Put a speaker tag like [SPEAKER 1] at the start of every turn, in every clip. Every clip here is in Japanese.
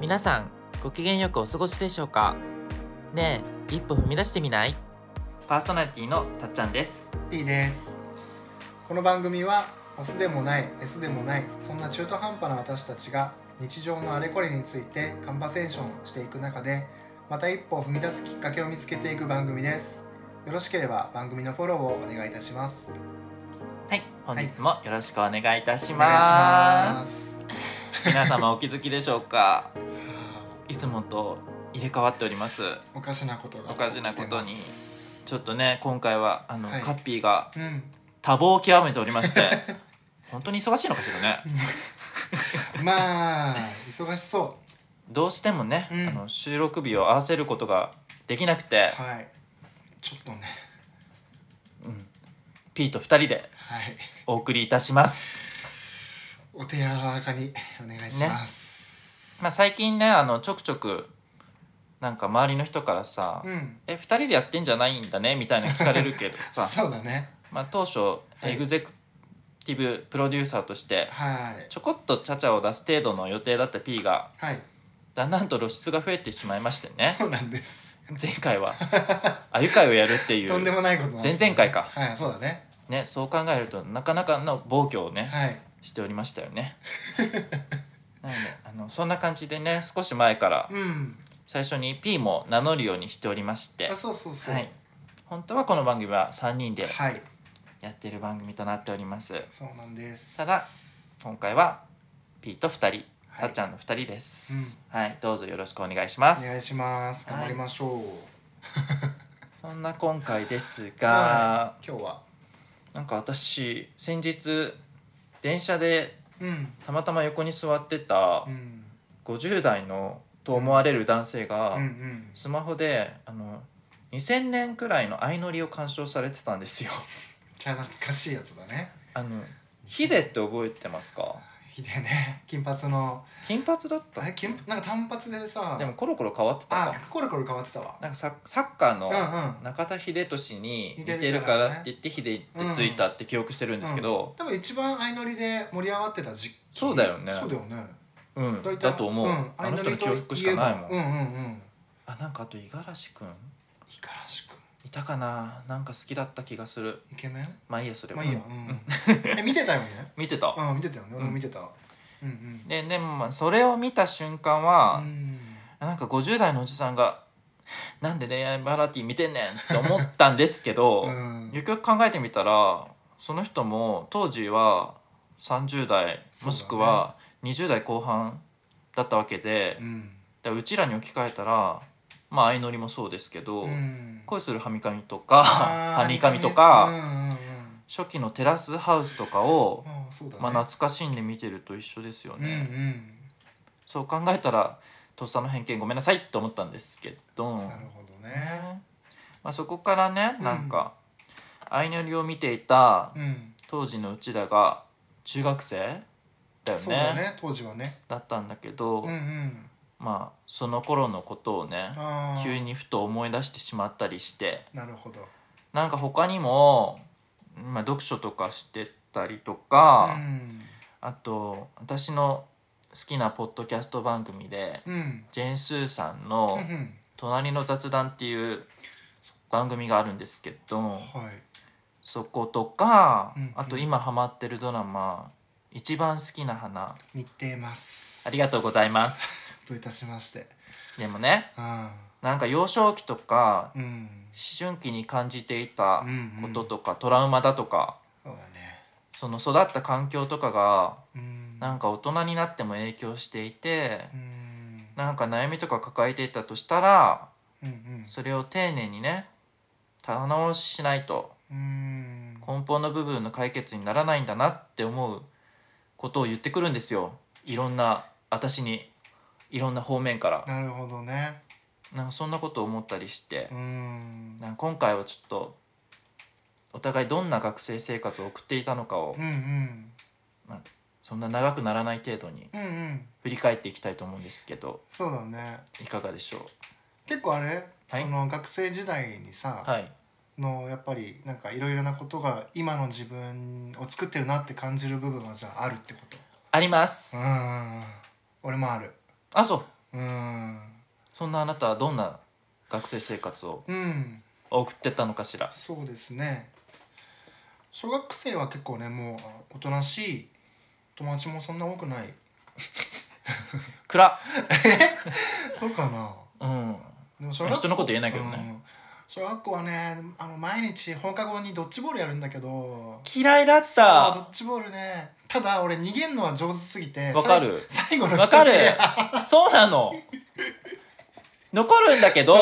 [SPEAKER 1] 皆さんご機嫌よくお過ごしでしょうかねえ一歩踏み出してみないパーソナリティのたっちゃんです
[SPEAKER 2] いいですこの番組はオスでもない S でもないそんな中途半端な私たちが日常のあれこれについてカンバセーションしていく中でまた一歩を踏み出すきっかけを見つけていく番組ですよろしければ番組のフォローをお願いいたします
[SPEAKER 1] はい本日もよろしくお願いいたし
[SPEAKER 2] お
[SPEAKER 1] ます,、
[SPEAKER 2] す
[SPEAKER 1] 皆様お気づきでしょうかいつもと入れ替わっております
[SPEAKER 2] おかしなことが
[SPEAKER 1] おかしなことに
[SPEAKER 2] 起きてます
[SPEAKER 1] ちょっとね今回はあの、
[SPEAKER 2] はい
[SPEAKER 1] カッピーが
[SPEAKER 2] うん
[SPEAKER 1] 多忙を極めておりまして本当に忙しいのかしらね
[SPEAKER 2] まあ忙しそ
[SPEAKER 1] どうしてもね、
[SPEAKER 2] うん
[SPEAKER 1] あの収録日を合わせることができなくて
[SPEAKER 2] うはいちょっとね
[SPEAKER 1] ピーと二人で
[SPEAKER 2] はい
[SPEAKER 1] お送りいたします、
[SPEAKER 2] お手柔らかにお願いします、
[SPEAKER 1] まあ、最近ねあのちょくちょくなんか周りの人からさ「
[SPEAKER 2] うん
[SPEAKER 1] え二人でやってんじゃないんだね」みたいなの聞かれるけどさ、
[SPEAKER 2] そうだね
[SPEAKER 1] まあ、当初
[SPEAKER 2] い
[SPEAKER 1] エグゼクティブプロデューサーとして
[SPEAKER 2] はい
[SPEAKER 1] ちょこっとチャチャを出す程度の予定だった P が
[SPEAKER 2] はい
[SPEAKER 1] だんだんと露出が増えてしまいまして ね
[SPEAKER 2] そうなんです
[SPEAKER 1] 前回はあゆ会をやるってい
[SPEAKER 2] とんで
[SPEAKER 1] う、
[SPEAKER 2] もないことなんです
[SPEAKER 1] 前々回か
[SPEAKER 2] はいそうだね
[SPEAKER 1] ね、そう考えるとなかなかの暴挙をね、
[SPEAKER 2] はい
[SPEAKER 1] しておりましたよ ね。なのであのそんな感じでね少し前から
[SPEAKER 2] うん
[SPEAKER 1] 最初に P も名乗るようにしておりまして
[SPEAKER 2] あ、そうそうそう
[SPEAKER 1] はい、本当はこの番組は3人で
[SPEAKER 2] はい
[SPEAKER 1] やってる番組となっております
[SPEAKER 2] そうなんです
[SPEAKER 1] ただ今回は P と2人、
[SPEAKER 2] はい
[SPEAKER 1] さっちゃんの2人です、はいどうぞよろしくお願いしま
[SPEAKER 2] お願い
[SPEAKER 1] す
[SPEAKER 2] します
[SPEAKER 1] はい
[SPEAKER 2] 頑張りましょう、
[SPEAKER 1] そんな今回ですが、
[SPEAKER 2] はい今日は
[SPEAKER 1] なんか私先日電車で
[SPEAKER 2] うん
[SPEAKER 1] たまたま横に座ってた
[SPEAKER 2] うん
[SPEAKER 1] 50代のと思われる男性が、
[SPEAKER 2] うんうん
[SPEAKER 1] スマホであの2000年くらいの相乗りを鑑賞されてたんですよ
[SPEAKER 2] じゃあ懐かしいやつだね
[SPEAKER 1] あのヒデって覚えてますか
[SPEAKER 2] ひでね金髪の
[SPEAKER 1] 金髪だった
[SPEAKER 2] あれ金なんか単髪でさ
[SPEAKER 1] でもコロコロ変わってた
[SPEAKER 2] あ
[SPEAKER 1] か
[SPEAKER 2] コロコロ変わってたわ
[SPEAKER 1] なんかササッカーの
[SPEAKER 2] うんうん
[SPEAKER 1] 中田英寿に似
[SPEAKER 2] 似
[SPEAKER 1] て
[SPEAKER 2] て
[SPEAKER 1] る
[SPEAKER 2] る
[SPEAKER 1] か
[SPEAKER 2] からら
[SPEAKER 1] っ
[SPEAKER 2] ね
[SPEAKER 1] て言ってヒデってついたって記憶してるんですけど
[SPEAKER 2] 多分一番相乗りで盛り上がってた時期
[SPEAKER 1] そうだよね
[SPEAKER 2] そうだよね
[SPEAKER 1] うん、
[SPEAKER 2] 大体
[SPEAKER 1] だと思う、
[SPEAKER 2] ん
[SPEAKER 1] あの人の記
[SPEAKER 2] 相乗り
[SPEAKER 1] 憶
[SPEAKER 2] と
[SPEAKER 1] し
[SPEAKER 2] いえ
[SPEAKER 1] か
[SPEAKER 2] ば
[SPEAKER 1] ないもん、
[SPEAKER 2] うんうんうん
[SPEAKER 1] あなんかあと五十嵐くん
[SPEAKER 2] 五十嵐君
[SPEAKER 1] いたかななんか好きだった気がする
[SPEAKER 2] イケメン
[SPEAKER 1] まあいいやそれは、
[SPEAKER 2] まあいいや、
[SPEAKER 1] う
[SPEAKER 2] うんん、え見てたよね
[SPEAKER 1] 見てた、
[SPEAKER 2] うん見てたよね俺も見てたうんうん
[SPEAKER 1] ででもまあそれを見た瞬間は、
[SPEAKER 2] うん
[SPEAKER 1] なんか50代のおじさんが「なんで恋愛バラエティ見てんねん」って思ったんですけど、
[SPEAKER 2] うん
[SPEAKER 1] よくよく考えてみたらその人も当時は30代
[SPEAKER 2] そうだね
[SPEAKER 1] もしくは20代後半だったわけで
[SPEAKER 2] う、ん
[SPEAKER 1] だからうちらに置き換えたらまあ相乗りもそうですけど、
[SPEAKER 2] うん
[SPEAKER 1] 恋するはみかみとか
[SPEAKER 2] あ ー
[SPEAKER 1] はにかみとか、
[SPEAKER 2] うんうんうん
[SPEAKER 1] 初期のテラスハウスとかを、
[SPEAKER 2] ああそうだね
[SPEAKER 1] まあ、懐かしんで見てると一緒ですよ
[SPEAKER 2] うんう
[SPEAKER 1] ね。
[SPEAKER 2] ん
[SPEAKER 1] そう考えたらとっさの偏見ごめんなさいって思ったんですけど。
[SPEAKER 2] なるほどね
[SPEAKER 1] まあ、そこからね
[SPEAKER 2] うん
[SPEAKER 1] なんか相乗りを見ていた
[SPEAKER 2] うん
[SPEAKER 1] 当時のうちらが中学生だよ
[SPEAKER 2] そうだ
[SPEAKER 1] ねだ
[SPEAKER 2] ね当時はね
[SPEAKER 1] ったんだけど、
[SPEAKER 2] うんうん
[SPEAKER 1] まあその頃のことをね
[SPEAKER 2] ああ
[SPEAKER 1] 急にふと思い出してしまったりして
[SPEAKER 2] なるほど
[SPEAKER 1] なんか他にも、まあ、読書とかしてたりとか、
[SPEAKER 2] うん
[SPEAKER 1] あと私の好きなポッドキャスト番組で
[SPEAKER 2] うん
[SPEAKER 1] ジェーン・スーさん
[SPEAKER 2] うん
[SPEAKER 1] の
[SPEAKER 2] うん
[SPEAKER 1] 「隣の雑談」っていう番組があるんですけど。
[SPEAKER 2] はい
[SPEAKER 1] そことか、
[SPEAKER 2] うんうん
[SPEAKER 1] あと今ハマってるドラマ「一番好きな花
[SPEAKER 2] 見てます」
[SPEAKER 1] ありがとうございます
[SPEAKER 2] どういたしまして
[SPEAKER 1] でもね
[SPEAKER 2] あ
[SPEAKER 1] なんか幼少期とか
[SPEAKER 2] あうん
[SPEAKER 1] 思春期に感じていた
[SPEAKER 2] うんう
[SPEAKER 1] こ
[SPEAKER 2] ん
[SPEAKER 1] ととか、トラウマだとか
[SPEAKER 2] そうだね
[SPEAKER 1] その育った環境とかが
[SPEAKER 2] うん
[SPEAKER 1] なんか大人になっても影響していて
[SPEAKER 2] うん
[SPEAKER 1] なんか悩みとか抱えていたとしたら
[SPEAKER 2] うんうん
[SPEAKER 1] それを丁寧にね棚卸ししないと
[SPEAKER 2] うん
[SPEAKER 1] 根本の部分の解決にならないんだなって思うことを言ってくるんですよいろんな私にいろんな方面から
[SPEAKER 2] なるほどね
[SPEAKER 1] なんかそんなことを思ったりして
[SPEAKER 2] うん
[SPEAKER 1] なんか今回はちょっとお互いどんな学生生活を送っていたのかを
[SPEAKER 2] うんうん
[SPEAKER 1] そんな長くならない程度に
[SPEAKER 2] うんうん
[SPEAKER 1] 振り返っていきたいと思うんですけど
[SPEAKER 2] そうだね
[SPEAKER 1] いかがでしょう
[SPEAKER 2] 結構あれ、
[SPEAKER 1] はい
[SPEAKER 2] その学生時代にさ、
[SPEAKER 1] はい
[SPEAKER 2] のやっぱりなんかいろいろなことが今の自分を作ってるなって感じる部分はじゃああるってこと
[SPEAKER 1] ありま
[SPEAKER 2] う
[SPEAKER 1] す
[SPEAKER 2] ん俺もある
[SPEAKER 1] あそう
[SPEAKER 2] うん
[SPEAKER 1] そんなあなたはどんな学生生活を
[SPEAKER 2] うん
[SPEAKER 1] 送ってたのかしら
[SPEAKER 2] そうですね小学生は結構ねもうおとなしい友達もそんな多くない
[SPEAKER 1] 暗っ
[SPEAKER 2] そうかな
[SPEAKER 1] うん
[SPEAKER 2] でも小学校
[SPEAKER 1] 人のこと言えないけどね
[SPEAKER 2] うん小学校はねあの毎日放課後にドッジボールやるんだけど
[SPEAKER 1] 嫌いだっ
[SPEAKER 2] あド
[SPEAKER 1] た
[SPEAKER 2] ッジボールねただ俺逃げんのは上手すぎて
[SPEAKER 1] わかる
[SPEAKER 2] さい最後の
[SPEAKER 1] わかる
[SPEAKER 2] 一手
[SPEAKER 1] そうなの残るんだけど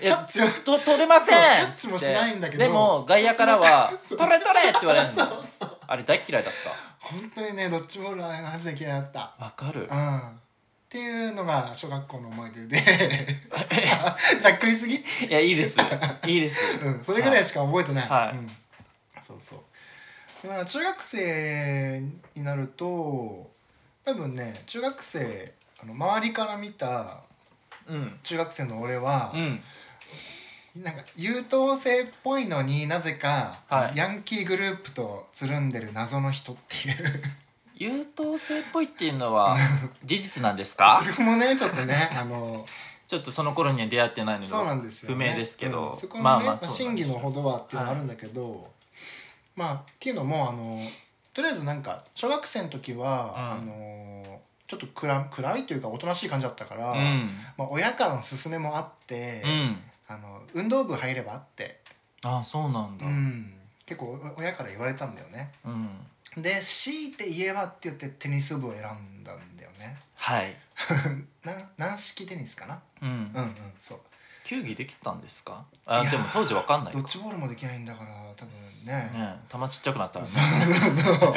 [SPEAKER 2] そ
[SPEAKER 1] いや
[SPEAKER 2] キャッチ
[SPEAKER 1] と取れません
[SPEAKER 2] そうキャッチもしないんだけど
[SPEAKER 1] でも外野からは「
[SPEAKER 2] そ
[SPEAKER 1] 取
[SPEAKER 2] う
[SPEAKER 1] れ取れ!」って言われる
[SPEAKER 2] そ
[SPEAKER 1] の
[SPEAKER 2] うそう
[SPEAKER 1] あれ大嫌いだった
[SPEAKER 2] 本当にねドッジボールはねマジで嫌いだった
[SPEAKER 1] わかる
[SPEAKER 2] うんっていうのが小学校の思い 出でざっくりすぎ
[SPEAKER 1] いやいいですいいです
[SPEAKER 2] うんそれぐらいしか覚えてない、
[SPEAKER 1] はい
[SPEAKER 2] うん、そうそうでまあ中学生になると多分ね中学生あの周りから見た
[SPEAKER 1] うん
[SPEAKER 2] 中学生の俺は
[SPEAKER 1] う、ん
[SPEAKER 2] なんか優等生っぽいのになぜか、
[SPEAKER 1] はい
[SPEAKER 2] ヤンキーグループとつるんでる謎の人っていう
[SPEAKER 1] 優等生っぽいっていうの は事実なんですか
[SPEAKER 2] そこもねちょっとねあの
[SPEAKER 1] ちょっとその頃には出会ってないので
[SPEAKER 2] そうなんですよ、
[SPEAKER 1] 不
[SPEAKER 2] ね、
[SPEAKER 1] 明ですけど、
[SPEAKER 2] うんそこのね、
[SPEAKER 1] ま
[SPEAKER 2] ま
[SPEAKER 1] あ
[SPEAKER 2] あ
[SPEAKER 1] まあそうな
[SPEAKER 2] 真
[SPEAKER 1] んで
[SPEAKER 2] 偽
[SPEAKER 1] す
[SPEAKER 2] のほどはっていうのはあるんだけど、まあっていうのもあのとりあえずなんか小学生の時は、
[SPEAKER 1] うん
[SPEAKER 2] あのちょっと暗暗いというかおとなしい感じだったから、
[SPEAKER 1] うん
[SPEAKER 2] まあ、親からの勧めもあって、
[SPEAKER 1] うん
[SPEAKER 2] あの運動部入ればって、
[SPEAKER 1] ああそうなんだ
[SPEAKER 2] うん、結構お親から言われたんだよね。
[SPEAKER 1] うん
[SPEAKER 2] で強いて言えばって言ってテニス部を選んだんだよね。
[SPEAKER 1] はい
[SPEAKER 2] な軟式テニスかな、
[SPEAKER 1] うん
[SPEAKER 2] うんうんそう
[SPEAKER 1] 球技できたんですかあ
[SPEAKER 2] いや
[SPEAKER 1] でも当時わかんない
[SPEAKER 2] ド
[SPEAKER 1] か
[SPEAKER 2] ッジボールもできないんだから多分ね
[SPEAKER 1] ね球ちっちゃくなったらね
[SPEAKER 2] そう そう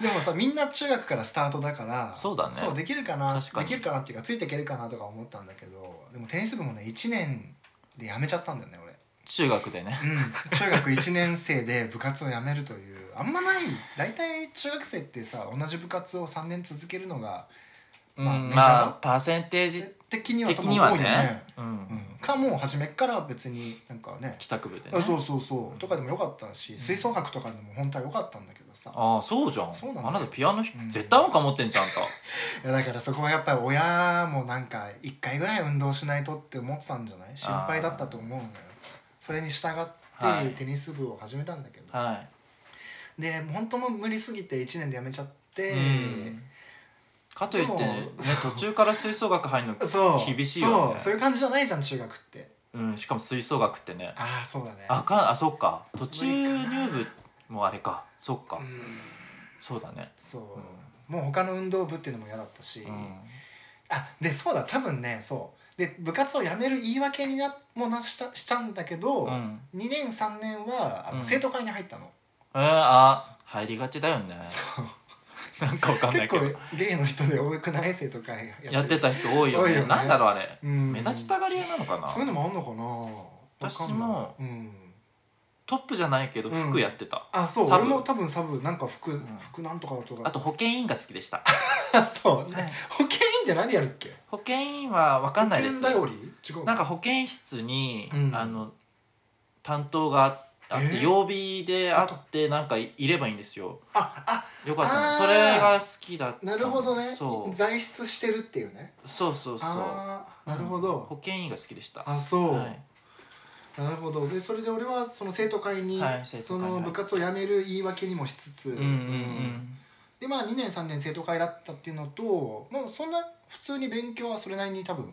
[SPEAKER 2] でもさみんな中学からスタートだから
[SPEAKER 1] そうだね
[SPEAKER 2] そうできるかな
[SPEAKER 1] 確かに
[SPEAKER 2] できるかなっていうかついていけるかなとか思ったんだけどでもテニス部もね1年で辞めちゃったんだよね俺、
[SPEAKER 1] 中学でね
[SPEAKER 2] うん、中学1年生で部活を辞めるというあんまない大体中学生ってさ同じ部活を3年続けるのが
[SPEAKER 1] う
[SPEAKER 2] まあ
[SPEAKER 1] ん
[SPEAKER 2] メジャー
[SPEAKER 1] まあパーセンテージ
[SPEAKER 2] 的には
[SPEAKER 1] 的
[SPEAKER 2] 多分多い
[SPEAKER 1] に
[SPEAKER 2] よ
[SPEAKER 1] は
[SPEAKER 2] ね
[SPEAKER 1] ねうん
[SPEAKER 2] うん、かもう初めっから別になんかね
[SPEAKER 1] 帰宅部でね
[SPEAKER 2] あそうそうそうとかでもよかったし吹奏楽とかでも本当はよかったんだけどさ
[SPEAKER 1] ああそうじゃん
[SPEAKER 2] そうなんだ
[SPEAKER 1] あ
[SPEAKER 2] よ
[SPEAKER 1] なたピアノひ
[SPEAKER 2] うん
[SPEAKER 1] 絶対音感持ってんじゃんあんた
[SPEAKER 2] いやだからそこはやっぱり親もなんか1回ぐらい運動しないとって思ってたんじゃない心配だったと思うのよそれに従
[SPEAKER 1] は
[SPEAKER 2] っ
[SPEAKER 1] い
[SPEAKER 2] てテニス部を始めたんだけど、
[SPEAKER 1] はい
[SPEAKER 2] で本当もう無理すぎて1年で辞めちゃって、
[SPEAKER 1] うんかといって
[SPEAKER 2] でも
[SPEAKER 1] ね途中から吹奏楽入るの
[SPEAKER 2] そう
[SPEAKER 1] 厳しいよね
[SPEAKER 2] そうそういう感じじゃないじゃん中学って
[SPEAKER 1] うんしかも吹奏楽ってね
[SPEAKER 2] ああそうだね
[SPEAKER 1] あかあそっか途中入部もあれかそっか
[SPEAKER 2] うん
[SPEAKER 1] そうだね
[SPEAKER 2] そう、もう他の運動部っていうのも嫌だったし、
[SPEAKER 1] うん
[SPEAKER 2] あでそうだ多分ねそうで部活を辞める言い訳になもなしたしちゃうんだけど、
[SPEAKER 1] うん
[SPEAKER 2] 2年3年はあの、
[SPEAKER 1] うん
[SPEAKER 2] 生徒会に入ったの。
[SPEAKER 1] えーあ入りがちだよねなんかわかんな
[SPEAKER 2] 結
[SPEAKER 1] いけ
[SPEAKER 2] 構
[SPEAKER 1] ど
[SPEAKER 2] ゲイの人で多くない生とかやってる
[SPEAKER 1] やってた人多いよ
[SPEAKER 2] 多い
[SPEAKER 1] ね
[SPEAKER 2] よね
[SPEAKER 1] なんだろうあれ
[SPEAKER 2] うん
[SPEAKER 1] 目立ちたがり屋なのか
[SPEAKER 2] そういう
[SPEAKER 1] な
[SPEAKER 2] のもあんのかなわかん
[SPEAKER 1] 私
[SPEAKER 2] ない
[SPEAKER 1] も
[SPEAKER 2] うん、
[SPEAKER 1] トップじゃないけど
[SPEAKER 2] うん
[SPEAKER 1] 服やってた
[SPEAKER 2] あそう
[SPEAKER 1] サ
[SPEAKER 2] 俺
[SPEAKER 1] ブ
[SPEAKER 2] も多分サブなんか服、服なんとかとか
[SPEAKER 1] あと保健委員が好きでした
[SPEAKER 2] あそう、ね、保健委員って何やるっけ
[SPEAKER 1] 保健委員はわかんないです
[SPEAKER 2] 保健頼り違う
[SPEAKER 1] なんか保健室に、
[SPEAKER 2] うん
[SPEAKER 1] あの担当があって、
[SPEAKER 2] えー
[SPEAKER 1] 曜日であってなんかいいればいいんですよ
[SPEAKER 2] ああ
[SPEAKER 1] よかった
[SPEAKER 2] あ
[SPEAKER 1] の
[SPEAKER 2] ー
[SPEAKER 1] それが好きだったの
[SPEAKER 2] なるほどね
[SPEAKER 1] そう
[SPEAKER 2] 在室してるっていうね
[SPEAKER 1] そうそうそう
[SPEAKER 2] ああなるほど、
[SPEAKER 1] 保健委員が好きでした
[SPEAKER 2] あそう、
[SPEAKER 1] はい
[SPEAKER 2] なるほどでそれで俺はその生徒会に、
[SPEAKER 1] はい生徒
[SPEAKER 2] そ
[SPEAKER 1] 会に
[SPEAKER 2] の部活を辞める言い訳にもしつつ、
[SPEAKER 1] うんうんうん
[SPEAKER 2] でまあ2年3年生徒会だったっていうのともうそんな普通に勉強はそれなりに多分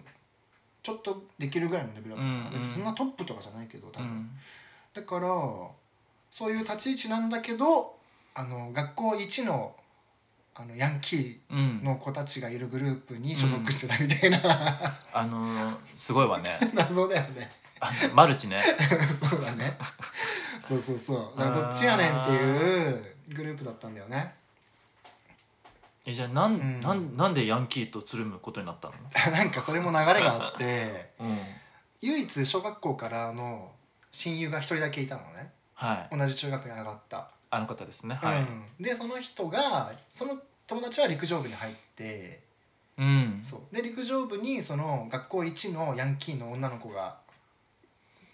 [SPEAKER 2] ちょっとできるぐらいのレベルだったから、
[SPEAKER 1] うんうん
[SPEAKER 2] 別にそんなトップとかじゃないけど多
[SPEAKER 1] う
[SPEAKER 2] 分、
[SPEAKER 1] ん
[SPEAKER 2] だからそういう立ち位置なんだけどあの学校一のあのヤンキ
[SPEAKER 1] う
[SPEAKER 2] ー
[SPEAKER 1] ん
[SPEAKER 2] の子たちがいるグループに所属してたみたいな、
[SPEAKER 1] あのーすごいわね
[SPEAKER 2] 謎だよね
[SPEAKER 1] あのマルチね
[SPEAKER 2] そうだねそうそうそうだからどっちやねんっていうグループだったんだよね
[SPEAKER 1] えじゃあなん,、
[SPEAKER 2] ん
[SPEAKER 1] なんなんでヤンキーとつるむことになったの、
[SPEAKER 2] なんかそれも流れがあって
[SPEAKER 1] うん、
[SPEAKER 2] 唯一小学校からの親友が一人だけいたのね
[SPEAKER 1] はい
[SPEAKER 2] 同じ中学に上がった、
[SPEAKER 1] あの方ですねはい
[SPEAKER 2] うん、でその人がその友達は陸上部に入って
[SPEAKER 1] うん、
[SPEAKER 2] そうで陸上部にその学校一のヤンキーの女の子が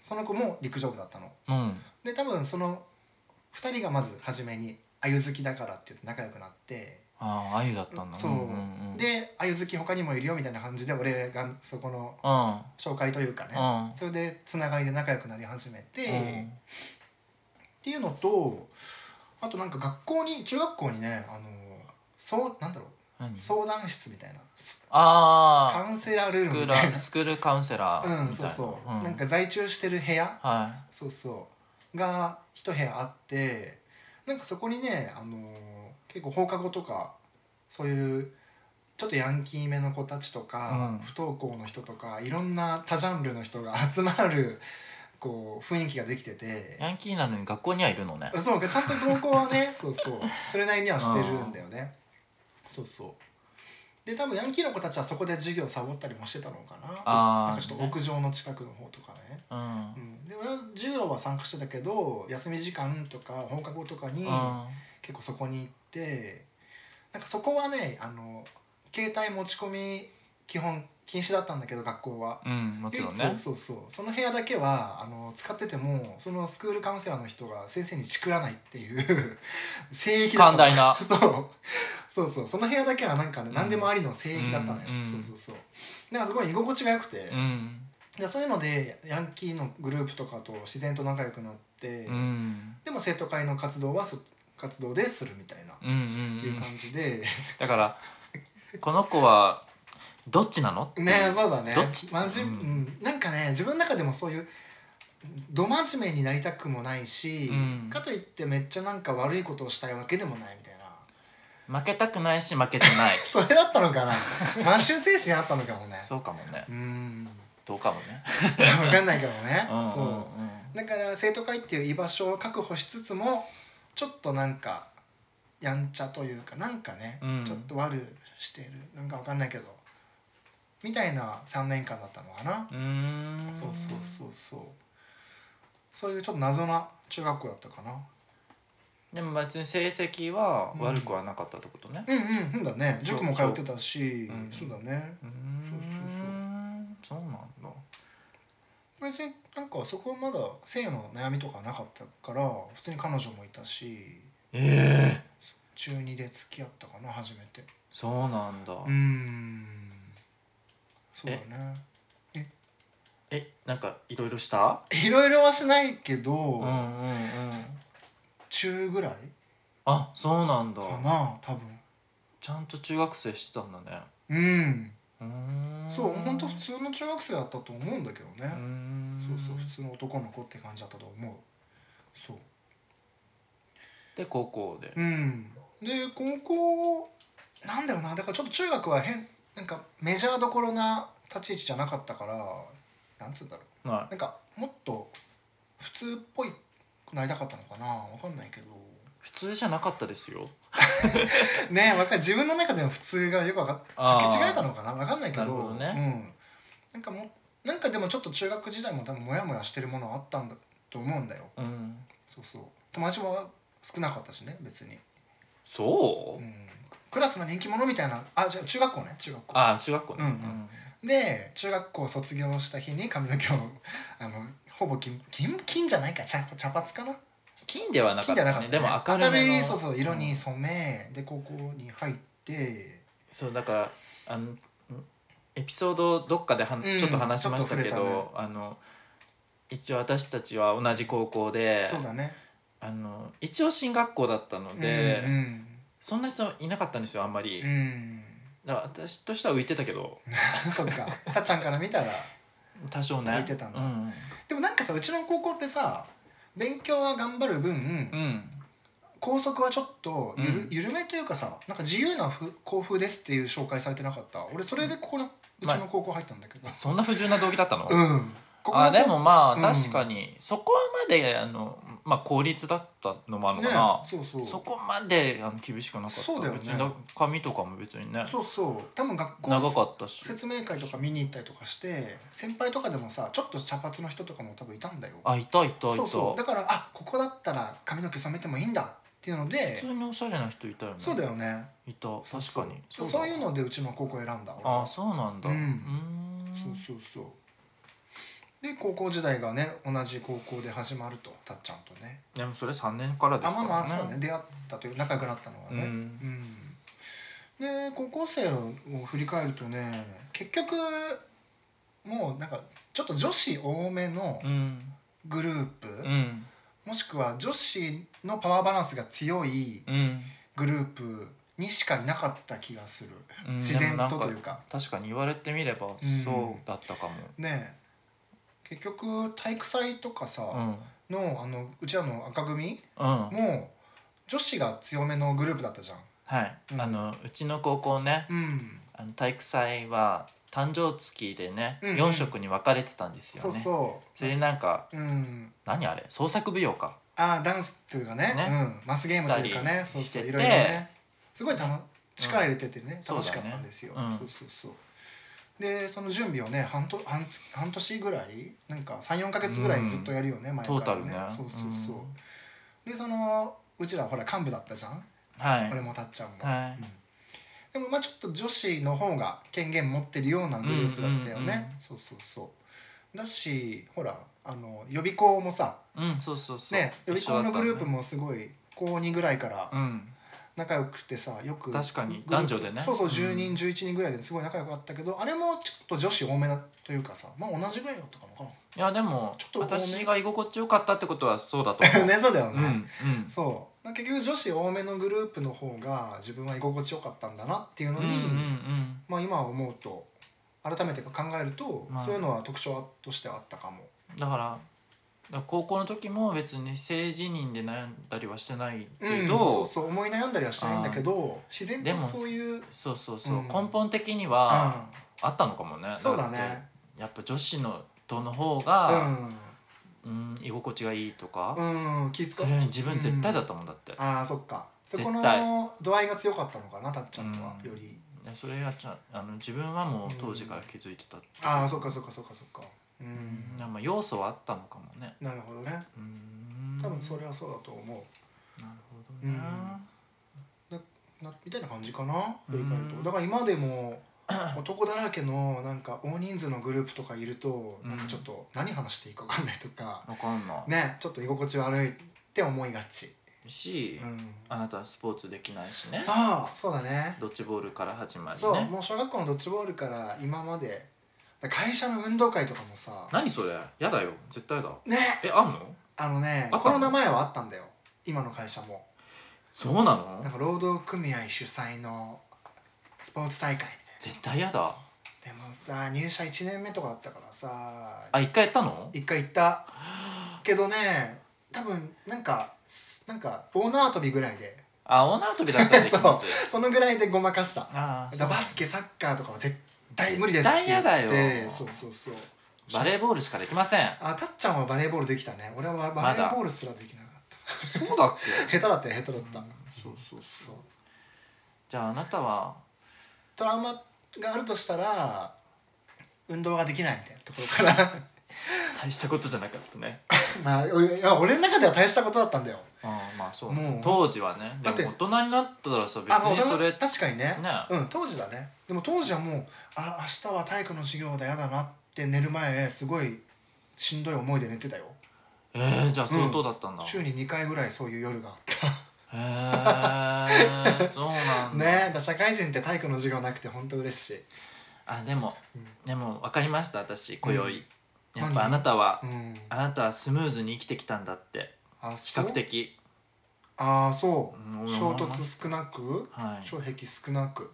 [SPEAKER 2] その子も陸上部だったの
[SPEAKER 1] うん、
[SPEAKER 2] で多分その2人がまず初めに鮎好きだからって言って仲良くなって
[SPEAKER 1] あああゆだったんだ
[SPEAKER 2] そう、
[SPEAKER 1] んんうん、
[SPEAKER 2] で鮎好き他にもいるよみたいな感じで俺がそこの
[SPEAKER 1] うん
[SPEAKER 2] 紹介というかね、
[SPEAKER 1] うん
[SPEAKER 2] それでつながりで仲良くなり始めて、
[SPEAKER 1] うん
[SPEAKER 2] っていうのとあとなんか学校に中学校にねあのそうなんだろう
[SPEAKER 1] 何
[SPEAKER 2] 相談室みたいなすカ
[SPEAKER 1] ああ
[SPEAKER 2] ウンセラール
[SPEAKER 1] ス
[SPEAKER 2] ー
[SPEAKER 1] ク
[SPEAKER 2] ム
[SPEAKER 1] ー
[SPEAKER 2] みたい
[SPEAKER 1] ラ
[SPEAKER 2] な
[SPEAKER 1] スクールカウンセラーみたいな
[SPEAKER 2] うんそうそう、
[SPEAKER 1] うん
[SPEAKER 2] なんか在住してる部屋
[SPEAKER 1] は
[SPEAKER 2] そうそうが一部屋あってなんかそこにね、あの結構放課後とかそういうちょっとヤンキーめの子たちとか、
[SPEAKER 1] うん
[SPEAKER 2] 不登校の人とかいろんな多ジャンルの人が集まるこう雰囲気ができてて
[SPEAKER 1] いヤンキーなのに学校にはいるのね
[SPEAKER 2] そうかちゃんと同行はね そうそうそれなりにはしてるんだよねそうそうで多分ヤンキーの子たちはそこで授業サボったりもしてたのかな
[SPEAKER 1] あー
[SPEAKER 2] なんかちょっと屋上の近くの方とかね
[SPEAKER 1] うんうん
[SPEAKER 2] うん、で俺は授業は参加してたけど休み時間とか放課後とかに結構そこに行ってなんかそこはねあの携帯持ち込み基本禁止だったんだけど学校は。
[SPEAKER 1] うんもちろん
[SPEAKER 2] 唯
[SPEAKER 1] ね
[SPEAKER 2] 一そうそうその部屋だけはあの使っててもそのスクールカウンセラーの人が先生にチクらないっていう 聖域だった
[SPEAKER 1] 寛大な
[SPEAKER 2] そうそうそうその部屋だけはなんかね、何でもありの聖域だったのよ、
[SPEAKER 1] うんうん
[SPEAKER 2] そうそうそうだからすごい居心地が良くて、
[SPEAKER 1] うん
[SPEAKER 2] でそういうのでヤンキーのグループとかと自然と仲良くなって、
[SPEAKER 1] うん
[SPEAKER 2] でも生徒会の活動はそ活動でするみたいな、
[SPEAKER 1] うんうんう
[SPEAKER 2] いうん感じで
[SPEAKER 1] だからこの子はどっちなの
[SPEAKER 2] ねそうだね
[SPEAKER 1] どっち
[SPEAKER 2] 真面
[SPEAKER 1] うん
[SPEAKER 2] うん、なんかね自分の中でもそういうど真面目になりたくもないし、
[SPEAKER 1] うん
[SPEAKER 2] かといってめっちゃなんか悪いことをしたいわけでもないみたいな
[SPEAKER 1] 負けたくないし負けてない
[SPEAKER 2] それだったのかな満州精神あったのかもね
[SPEAKER 1] そうかもね
[SPEAKER 2] うん
[SPEAKER 1] どうかもね
[SPEAKER 2] 分かんないけどね
[SPEAKER 1] うん
[SPEAKER 2] そう。
[SPEAKER 1] うん
[SPEAKER 2] だから生徒会っていう居場所を確保しつつもちょっとなんかやんちゃというかなんかね、
[SPEAKER 1] うん
[SPEAKER 2] ちょっと悪してるなんかわかんないけどみたいな3年間だったのかな、
[SPEAKER 1] うんうーん
[SPEAKER 2] そうそうそうそうそういうちょっと謎な中学校だったかな
[SPEAKER 1] でも別に成績は悪くはなかったってことね
[SPEAKER 2] うんうんうんだね塾も通ってたし
[SPEAKER 1] そううん
[SPEAKER 2] そうだね
[SPEAKER 1] うー
[SPEAKER 2] そうそ
[SPEAKER 1] んそうなんだ
[SPEAKER 2] 別になんかそこはまだ性の悩みとかなかったから普通に彼女もいたし
[SPEAKER 1] ええ
[SPEAKER 2] 中2で付き合ったかな初めて
[SPEAKER 1] そうなんだ
[SPEAKER 2] うーんそうだね
[SPEAKER 1] えなんかいろいろした
[SPEAKER 2] いろいろはしないけど、
[SPEAKER 1] うんうんうん
[SPEAKER 2] 中ぐらい
[SPEAKER 1] あそうなんだ
[SPEAKER 2] かな多分
[SPEAKER 1] ちゃんと中学生してたんだね
[SPEAKER 2] うん
[SPEAKER 1] うーん
[SPEAKER 2] そうほんと普
[SPEAKER 1] う
[SPEAKER 2] 通の中学生だったと思うんだけどね
[SPEAKER 1] ー、ん
[SPEAKER 2] そうそう普通の男の子って感じだったと思うそう
[SPEAKER 1] で高校で
[SPEAKER 2] うんで高校なんだろうなだからちょっと中学は変なんかメジャーどころな立ち位置じゃなかったからなんつうんだろう
[SPEAKER 1] は
[SPEAKER 2] なんかもっと普通っぽいくなりたかったのかなわかんないけど
[SPEAKER 1] い普通じゃなかったですよ
[SPEAKER 2] ねわかる自分の中での普通がよくわかっ
[SPEAKER 1] あー
[SPEAKER 2] 履き違えたのかなわかんないけど
[SPEAKER 1] なるほどね
[SPEAKER 2] うん、なんかもうなんかでもちょっと中学時代も多分モヤモヤしてるものはあったんだと思うんだよ
[SPEAKER 1] うん
[SPEAKER 2] そうそう友達も少なかったしね別に、
[SPEAKER 1] そうう、
[SPEAKER 2] ん、クラスの人気者みたいなあじゃあ中学校ね中学校
[SPEAKER 1] ああ中学校ね
[SPEAKER 2] うんうんで中学校を卒業した日に髪の毛を あのほぼ金金金じゃないか茶茶髪かな
[SPEAKER 1] 金ではなか
[SPEAKER 2] 金
[SPEAKER 1] っ
[SPEAKER 2] じ
[SPEAKER 1] たね
[SPEAKER 2] ゃなかった、ね、
[SPEAKER 1] でも明るめの
[SPEAKER 2] 明いそうそう色に染め、で高校に入って
[SPEAKER 1] そうだからあのんエピソードどっかでは、
[SPEAKER 2] ん
[SPEAKER 1] ちょっと話しましたけ
[SPEAKER 2] ちょっと触れ
[SPEAKER 1] ど、あの一応私たちは同じ高校で
[SPEAKER 2] そうだね
[SPEAKER 1] あの一応進学校だったので、
[SPEAKER 2] うんうん
[SPEAKER 1] そんな人いなかったんですよあんまり、
[SPEAKER 2] うん
[SPEAKER 1] だから私としては浮いてたけど
[SPEAKER 2] そっかたっちゃんから見たら
[SPEAKER 1] 多少ね
[SPEAKER 2] 浮いてたんだ
[SPEAKER 1] うん
[SPEAKER 2] でもなんかさうちの高校ってさ勉強は頑張る分、
[SPEAKER 1] うん、うん
[SPEAKER 2] 校則はちょっとゆる、
[SPEAKER 1] うん
[SPEAKER 2] 緩めというかさなんか自由なふ校風ですっていう紹介されてなかった俺それでここの、うちの高校入ったんだけど、
[SPEAKER 1] そんな不純な動機だったの、
[SPEAKER 2] うんここの
[SPEAKER 1] あでもまあ
[SPEAKER 2] うん
[SPEAKER 1] 確かに、そこまであの、まあ、公立だったのもあるのかな、
[SPEAKER 2] ね、そうそう
[SPEAKER 1] そ
[SPEAKER 2] そ
[SPEAKER 1] こまであの厳しくなかった
[SPEAKER 2] そうだよね
[SPEAKER 1] 別にだ髪とかも別にね
[SPEAKER 2] うそう多分学校
[SPEAKER 1] 長かったし
[SPEAKER 2] 説明会とか見に行ったりとかして先輩とかでもさちょっと茶髪の人とかも多分いたんだよ
[SPEAKER 1] あいたいたいた
[SPEAKER 2] そうそうだからあここだったら髪の毛染めてもいいんだっていうので
[SPEAKER 1] 普通におしゃれな人いたよね
[SPEAKER 2] そうだよね
[SPEAKER 1] いた確かに
[SPEAKER 2] そう
[SPEAKER 1] だ
[SPEAKER 2] そういうのでうちの高校選んだ俺
[SPEAKER 1] あ
[SPEAKER 2] は
[SPEAKER 1] あそうなんだ
[SPEAKER 2] う
[SPEAKER 1] うんーん
[SPEAKER 2] そうそうそうで高校時代がね同じ高校で始まるとたっちゃんとね
[SPEAKER 1] でもそれ3年からで
[SPEAKER 2] あ
[SPEAKER 1] すか
[SPEAKER 2] まあ
[SPEAKER 1] らね
[SPEAKER 2] まあそうだね出会ったという仲良くなったのはね
[SPEAKER 1] うん
[SPEAKER 2] うんで高校生を振り返るとね結局もうなんかちょっと女子多めの
[SPEAKER 1] うん
[SPEAKER 2] グループ、
[SPEAKER 1] うん
[SPEAKER 2] もしくは女子のパワーバランスが強い
[SPEAKER 1] うん
[SPEAKER 2] グループにしかいなかった気がする、
[SPEAKER 1] うん
[SPEAKER 2] 自然
[SPEAKER 1] でもなん
[SPEAKER 2] と
[SPEAKER 1] か
[SPEAKER 2] というか
[SPEAKER 1] 確かに言われてみれば
[SPEAKER 2] ん
[SPEAKER 1] そうだったかも、
[SPEAKER 2] ねえ結局体育祭とかさ、
[SPEAKER 1] うん
[SPEAKER 2] のあのうちらの赤組
[SPEAKER 1] うん、
[SPEAKER 2] も女子が強めのグループだったじゃん。
[SPEAKER 1] はい、
[SPEAKER 2] うん
[SPEAKER 1] あのうちの高校ね
[SPEAKER 2] うん、
[SPEAKER 1] あの体育祭は誕生月でね、
[SPEAKER 2] うんうん
[SPEAKER 1] 4色に分かれてたんですよ
[SPEAKER 2] そう
[SPEAKER 1] ね
[SPEAKER 2] そ
[SPEAKER 1] それでなんか
[SPEAKER 2] う、うん、
[SPEAKER 1] 何あれ創作舞踊か
[SPEAKER 2] ああダンスというかね
[SPEAKER 1] ね
[SPEAKER 2] うん、マスゲームという
[SPEAKER 1] し
[SPEAKER 2] か
[SPEAKER 1] た
[SPEAKER 2] ね
[SPEAKER 1] り
[SPEAKER 2] そうそう
[SPEAKER 1] してて
[SPEAKER 2] いろいろねすごいたの力入れててね、
[SPEAKER 1] そう
[SPEAKER 2] 楽
[SPEAKER 1] だ
[SPEAKER 2] し
[SPEAKER 1] ね
[SPEAKER 2] かったんですよ。
[SPEAKER 1] うん
[SPEAKER 2] そうそうそうでその準備をね半と半つ半年ぐらいなんか34か月ぐらいずっとやるよね、毎回
[SPEAKER 1] トータルね
[SPEAKER 2] そうそうそう、
[SPEAKER 1] うん
[SPEAKER 2] でそのうちらほら幹部だったじゃん、
[SPEAKER 1] はい
[SPEAKER 2] 俺もたっちゃんも、
[SPEAKER 1] はい
[SPEAKER 2] うんでもまあちょっと女子の方が権限持ってるようなグループだった
[SPEAKER 1] う
[SPEAKER 2] よ
[SPEAKER 1] んうん
[SPEAKER 2] ね、そうそうそうだしほらあの予備校もさ
[SPEAKER 1] うんそうそうそう、
[SPEAKER 2] ね予備校のグループもすごい高2ぐらいか
[SPEAKER 1] 一緒だ
[SPEAKER 2] ら
[SPEAKER 1] ったねうん
[SPEAKER 2] 仲良くてさよく
[SPEAKER 1] 確かに
[SPEAKER 2] グループ
[SPEAKER 1] 男女でね
[SPEAKER 2] そうそう
[SPEAKER 1] うん
[SPEAKER 2] 10人、11人ぐらいですごい仲良かったけどあれもちょっと女子多めだというかさまあ同じぐらいだったかなか
[SPEAKER 1] いやでも
[SPEAKER 2] ちょっと多め
[SPEAKER 1] 私が居心地よかったってことはそうだと思
[SPEAKER 2] な ねそうだよ
[SPEAKER 1] ううんう
[SPEAKER 2] ね、
[SPEAKER 1] ん
[SPEAKER 2] そう結局女子多めのグループの方が自分は居心地よかったんだなっていうの
[SPEAKER 1] うんうん
[SPEAKER 2] に、
[SPEAKER 1] うん
[SPEAKER 2] まあ今思うと改めて考えると、
[SPEAKER 1] まあ
[SPEAKER 2] そういうのは特徴としてあったかも。
[SPEAKER 1] だからだから高校の時も別に性自認で悩んだりはしてないけど、
[SPEAKER 2] うんそう
[SPEAKER 1] そう
[SPEAKER 2] そう思い悩んだりはしてないんだけど自然
[SPEAKER 1] で
[SPEAKER 2] と
[SPEAKER 1] も
[SPEAKER 2] そういう、うん、
[SPEAKER 1] そうそう
[SPEAKER 2] うん
[SPEAKER 1] 根本的にはあったのかもね
[SPEAKER 2] そうだ
[SPEAKER 1] って
[SPEAKER 2] ね。
[SPEAKER 1] やっぱ女子のとの方
[SPEAKER 2] う
[SPEAKER 1] が、
[SPEAKER 2] ん
[SPEAKER 1] うん、居心地がいいとか、
[SPEAKER 2] うん、気遣
[SPEAKER 1] それ自分絶対だと思うんだって、
[SPEAKER 2] うんああそっかそこ
[SPEAKER 1] 絶対
[SPEAKER 2] の度合いが強かったのかなたっちゃんとは、
[SPEAKER 1] うん
[SPEAKER 2] より
[SPEAKER 1] でそれがちゃあの自分はもう当時から気づいてたっていう
[SPEAKER 2] ああそっかそっかそっかそっかうん、
[SPEAKER 1] うんまあ要素はあったのかもね
[SPEAKER 2] なるほどね
[SPEAKER 1] うん
[SPEAKER 2] 多分それはそうだと思う、
[SPEAKER 1] なるほどね、
[SPEAKER 2] なみたいな感じかな
[SPEAKER 1] うん
[SPEAKER 2] 振り返るとだから今でも 男だらけのなんか大人数のグループとかいると
[SPEAKER 1] うん
[SPEAKER 2] なんかちょっと何話していいか分かんないとか、
[SPEAKER 1] わかんない、
[SPEAKER 2] ねちょっと居心地悪いって思いがち、
[SPEAKER 1] し、
[SPEAKER 2] うん、
[SPEAKER 1] あなたはスポーツできないしね
[SPEAKER 2] そうそうだね
[SPEAKER 1] ドッジボールから始まり
[SPEAKER 2] そう
[SPEAKER 1] ね
[SPEAKER 2] もう小学校のドッジボールから今までだから会社の運動会とかもさ
[SPEAKER 1] 何それやだよ絶対だ
[SPEAKER 2] ね
[SPEAKER 1] えあんの
[SPEAKER 2] あのね
[SPEAKER 1] あったの
[SPEAKER 2] コロナ前はあったんだよ今の会社も
[SPEAKER 1] そうなの
[SPEAKER 2] なんか労働組合主催のスポーツ大会み
[SPEAKER 1] 絶対やだ
[SPEAKER 2] たいなでもさ入社1年目とかだったからさ
[SPEAKER 1] あ一回やったの
[SPEAKER 2] 一回行ったけどね多分なんかなんか大縄跳びぐらいで
[SPEAKER 1] あオーナー跳びだったらできます
[SPEAKER 2] そのぐらいでごまかしただか
[SPEAKER 1] ああ
[SPEAKER 2] ら
[SPEAKER 1] そう
[SPEAKER 2] バスケサッカーとかは絶対無理ですって言
[SPEAKER 1] 絶
[SPEAKER 2] っ
[SPEAKER 1] 対嫌だ
[SPEAKER 2] て
[SPEAKER 1] よ
[SPEAKER 2] そうそうそう
[SPEAKER 1] バレーボールしかできません
[SPEAKER 2] あたっちゃんはバレーボールできたね俺はババ
[SPEAKER 1] まだ
[SPEAKER 2] レーボールすらできなかっ
[SPEAKER 1] そうだっけ
[SPEAKER 2] た下手だったよ下手だった、
[SPEAKER 1] そうそうそう
[SPEAKER 2] そう
[SPEAKER 1] じゃああなたは
[SPEAKER 2] トラウマがあるとしたら運動ができないみたいなところから
[SPEAKER 1] 大したことじゃなかったね
[SPEAKER 2] まあ俺いや俺の中では大したことだったんだよ
[SPEAKER 1] ああまあそう
[SPEAKER 2] もう
[SPEAKER 1] 当時はねで
[SPEAKER 2] だって
[SPEAKER 1] も大人になったらさ別
[SPEAKER 2] あの
[SPEAKER 1] にそれ
[SPEAKER 2] 確かにね
[SPEAKER 1] ね
[SPEAKER 2] うん当時だねでも当時はもうあ明日は体育の授業だやだなって寝る前すごいしんどい思いで寝てたよ
[SPEAKER 1] えー、じゃあ相当だったんだ、
[SPEAKER 2] 週に2回ぐらいそういう夜があっ
[SPEAKER 1] へえそうな
[SPEAKER 2] た
[SPEAKER 1] んだ、
[SPEAKER 2] ねえだから社会人って体育の授業なくて本当嬉しい
[SPEAKER 1] あでも、でも分かりました私今宵、
[SPEAKER 2] うん
[SPEAKER 1] やっ
[SPEAKER 2] 何
[SPEAKER 1] ぱあなたは、
[SPEAKER 2] うん
[SPEAKER 1] あなたはスムーズに生きてきたんだって
[SPEAKER 2] あ
[SPEAKER 1] 比
[SPEAKER 2] 比
[SPEAKER 1] 較的
[SPEAKER 2] ああそう、
[SPEAKER 1] うん
[SPEAKER 2] 衝突少なく、
[SPEAKER 1] はい
[SPEAKER 2] 障壁少なく、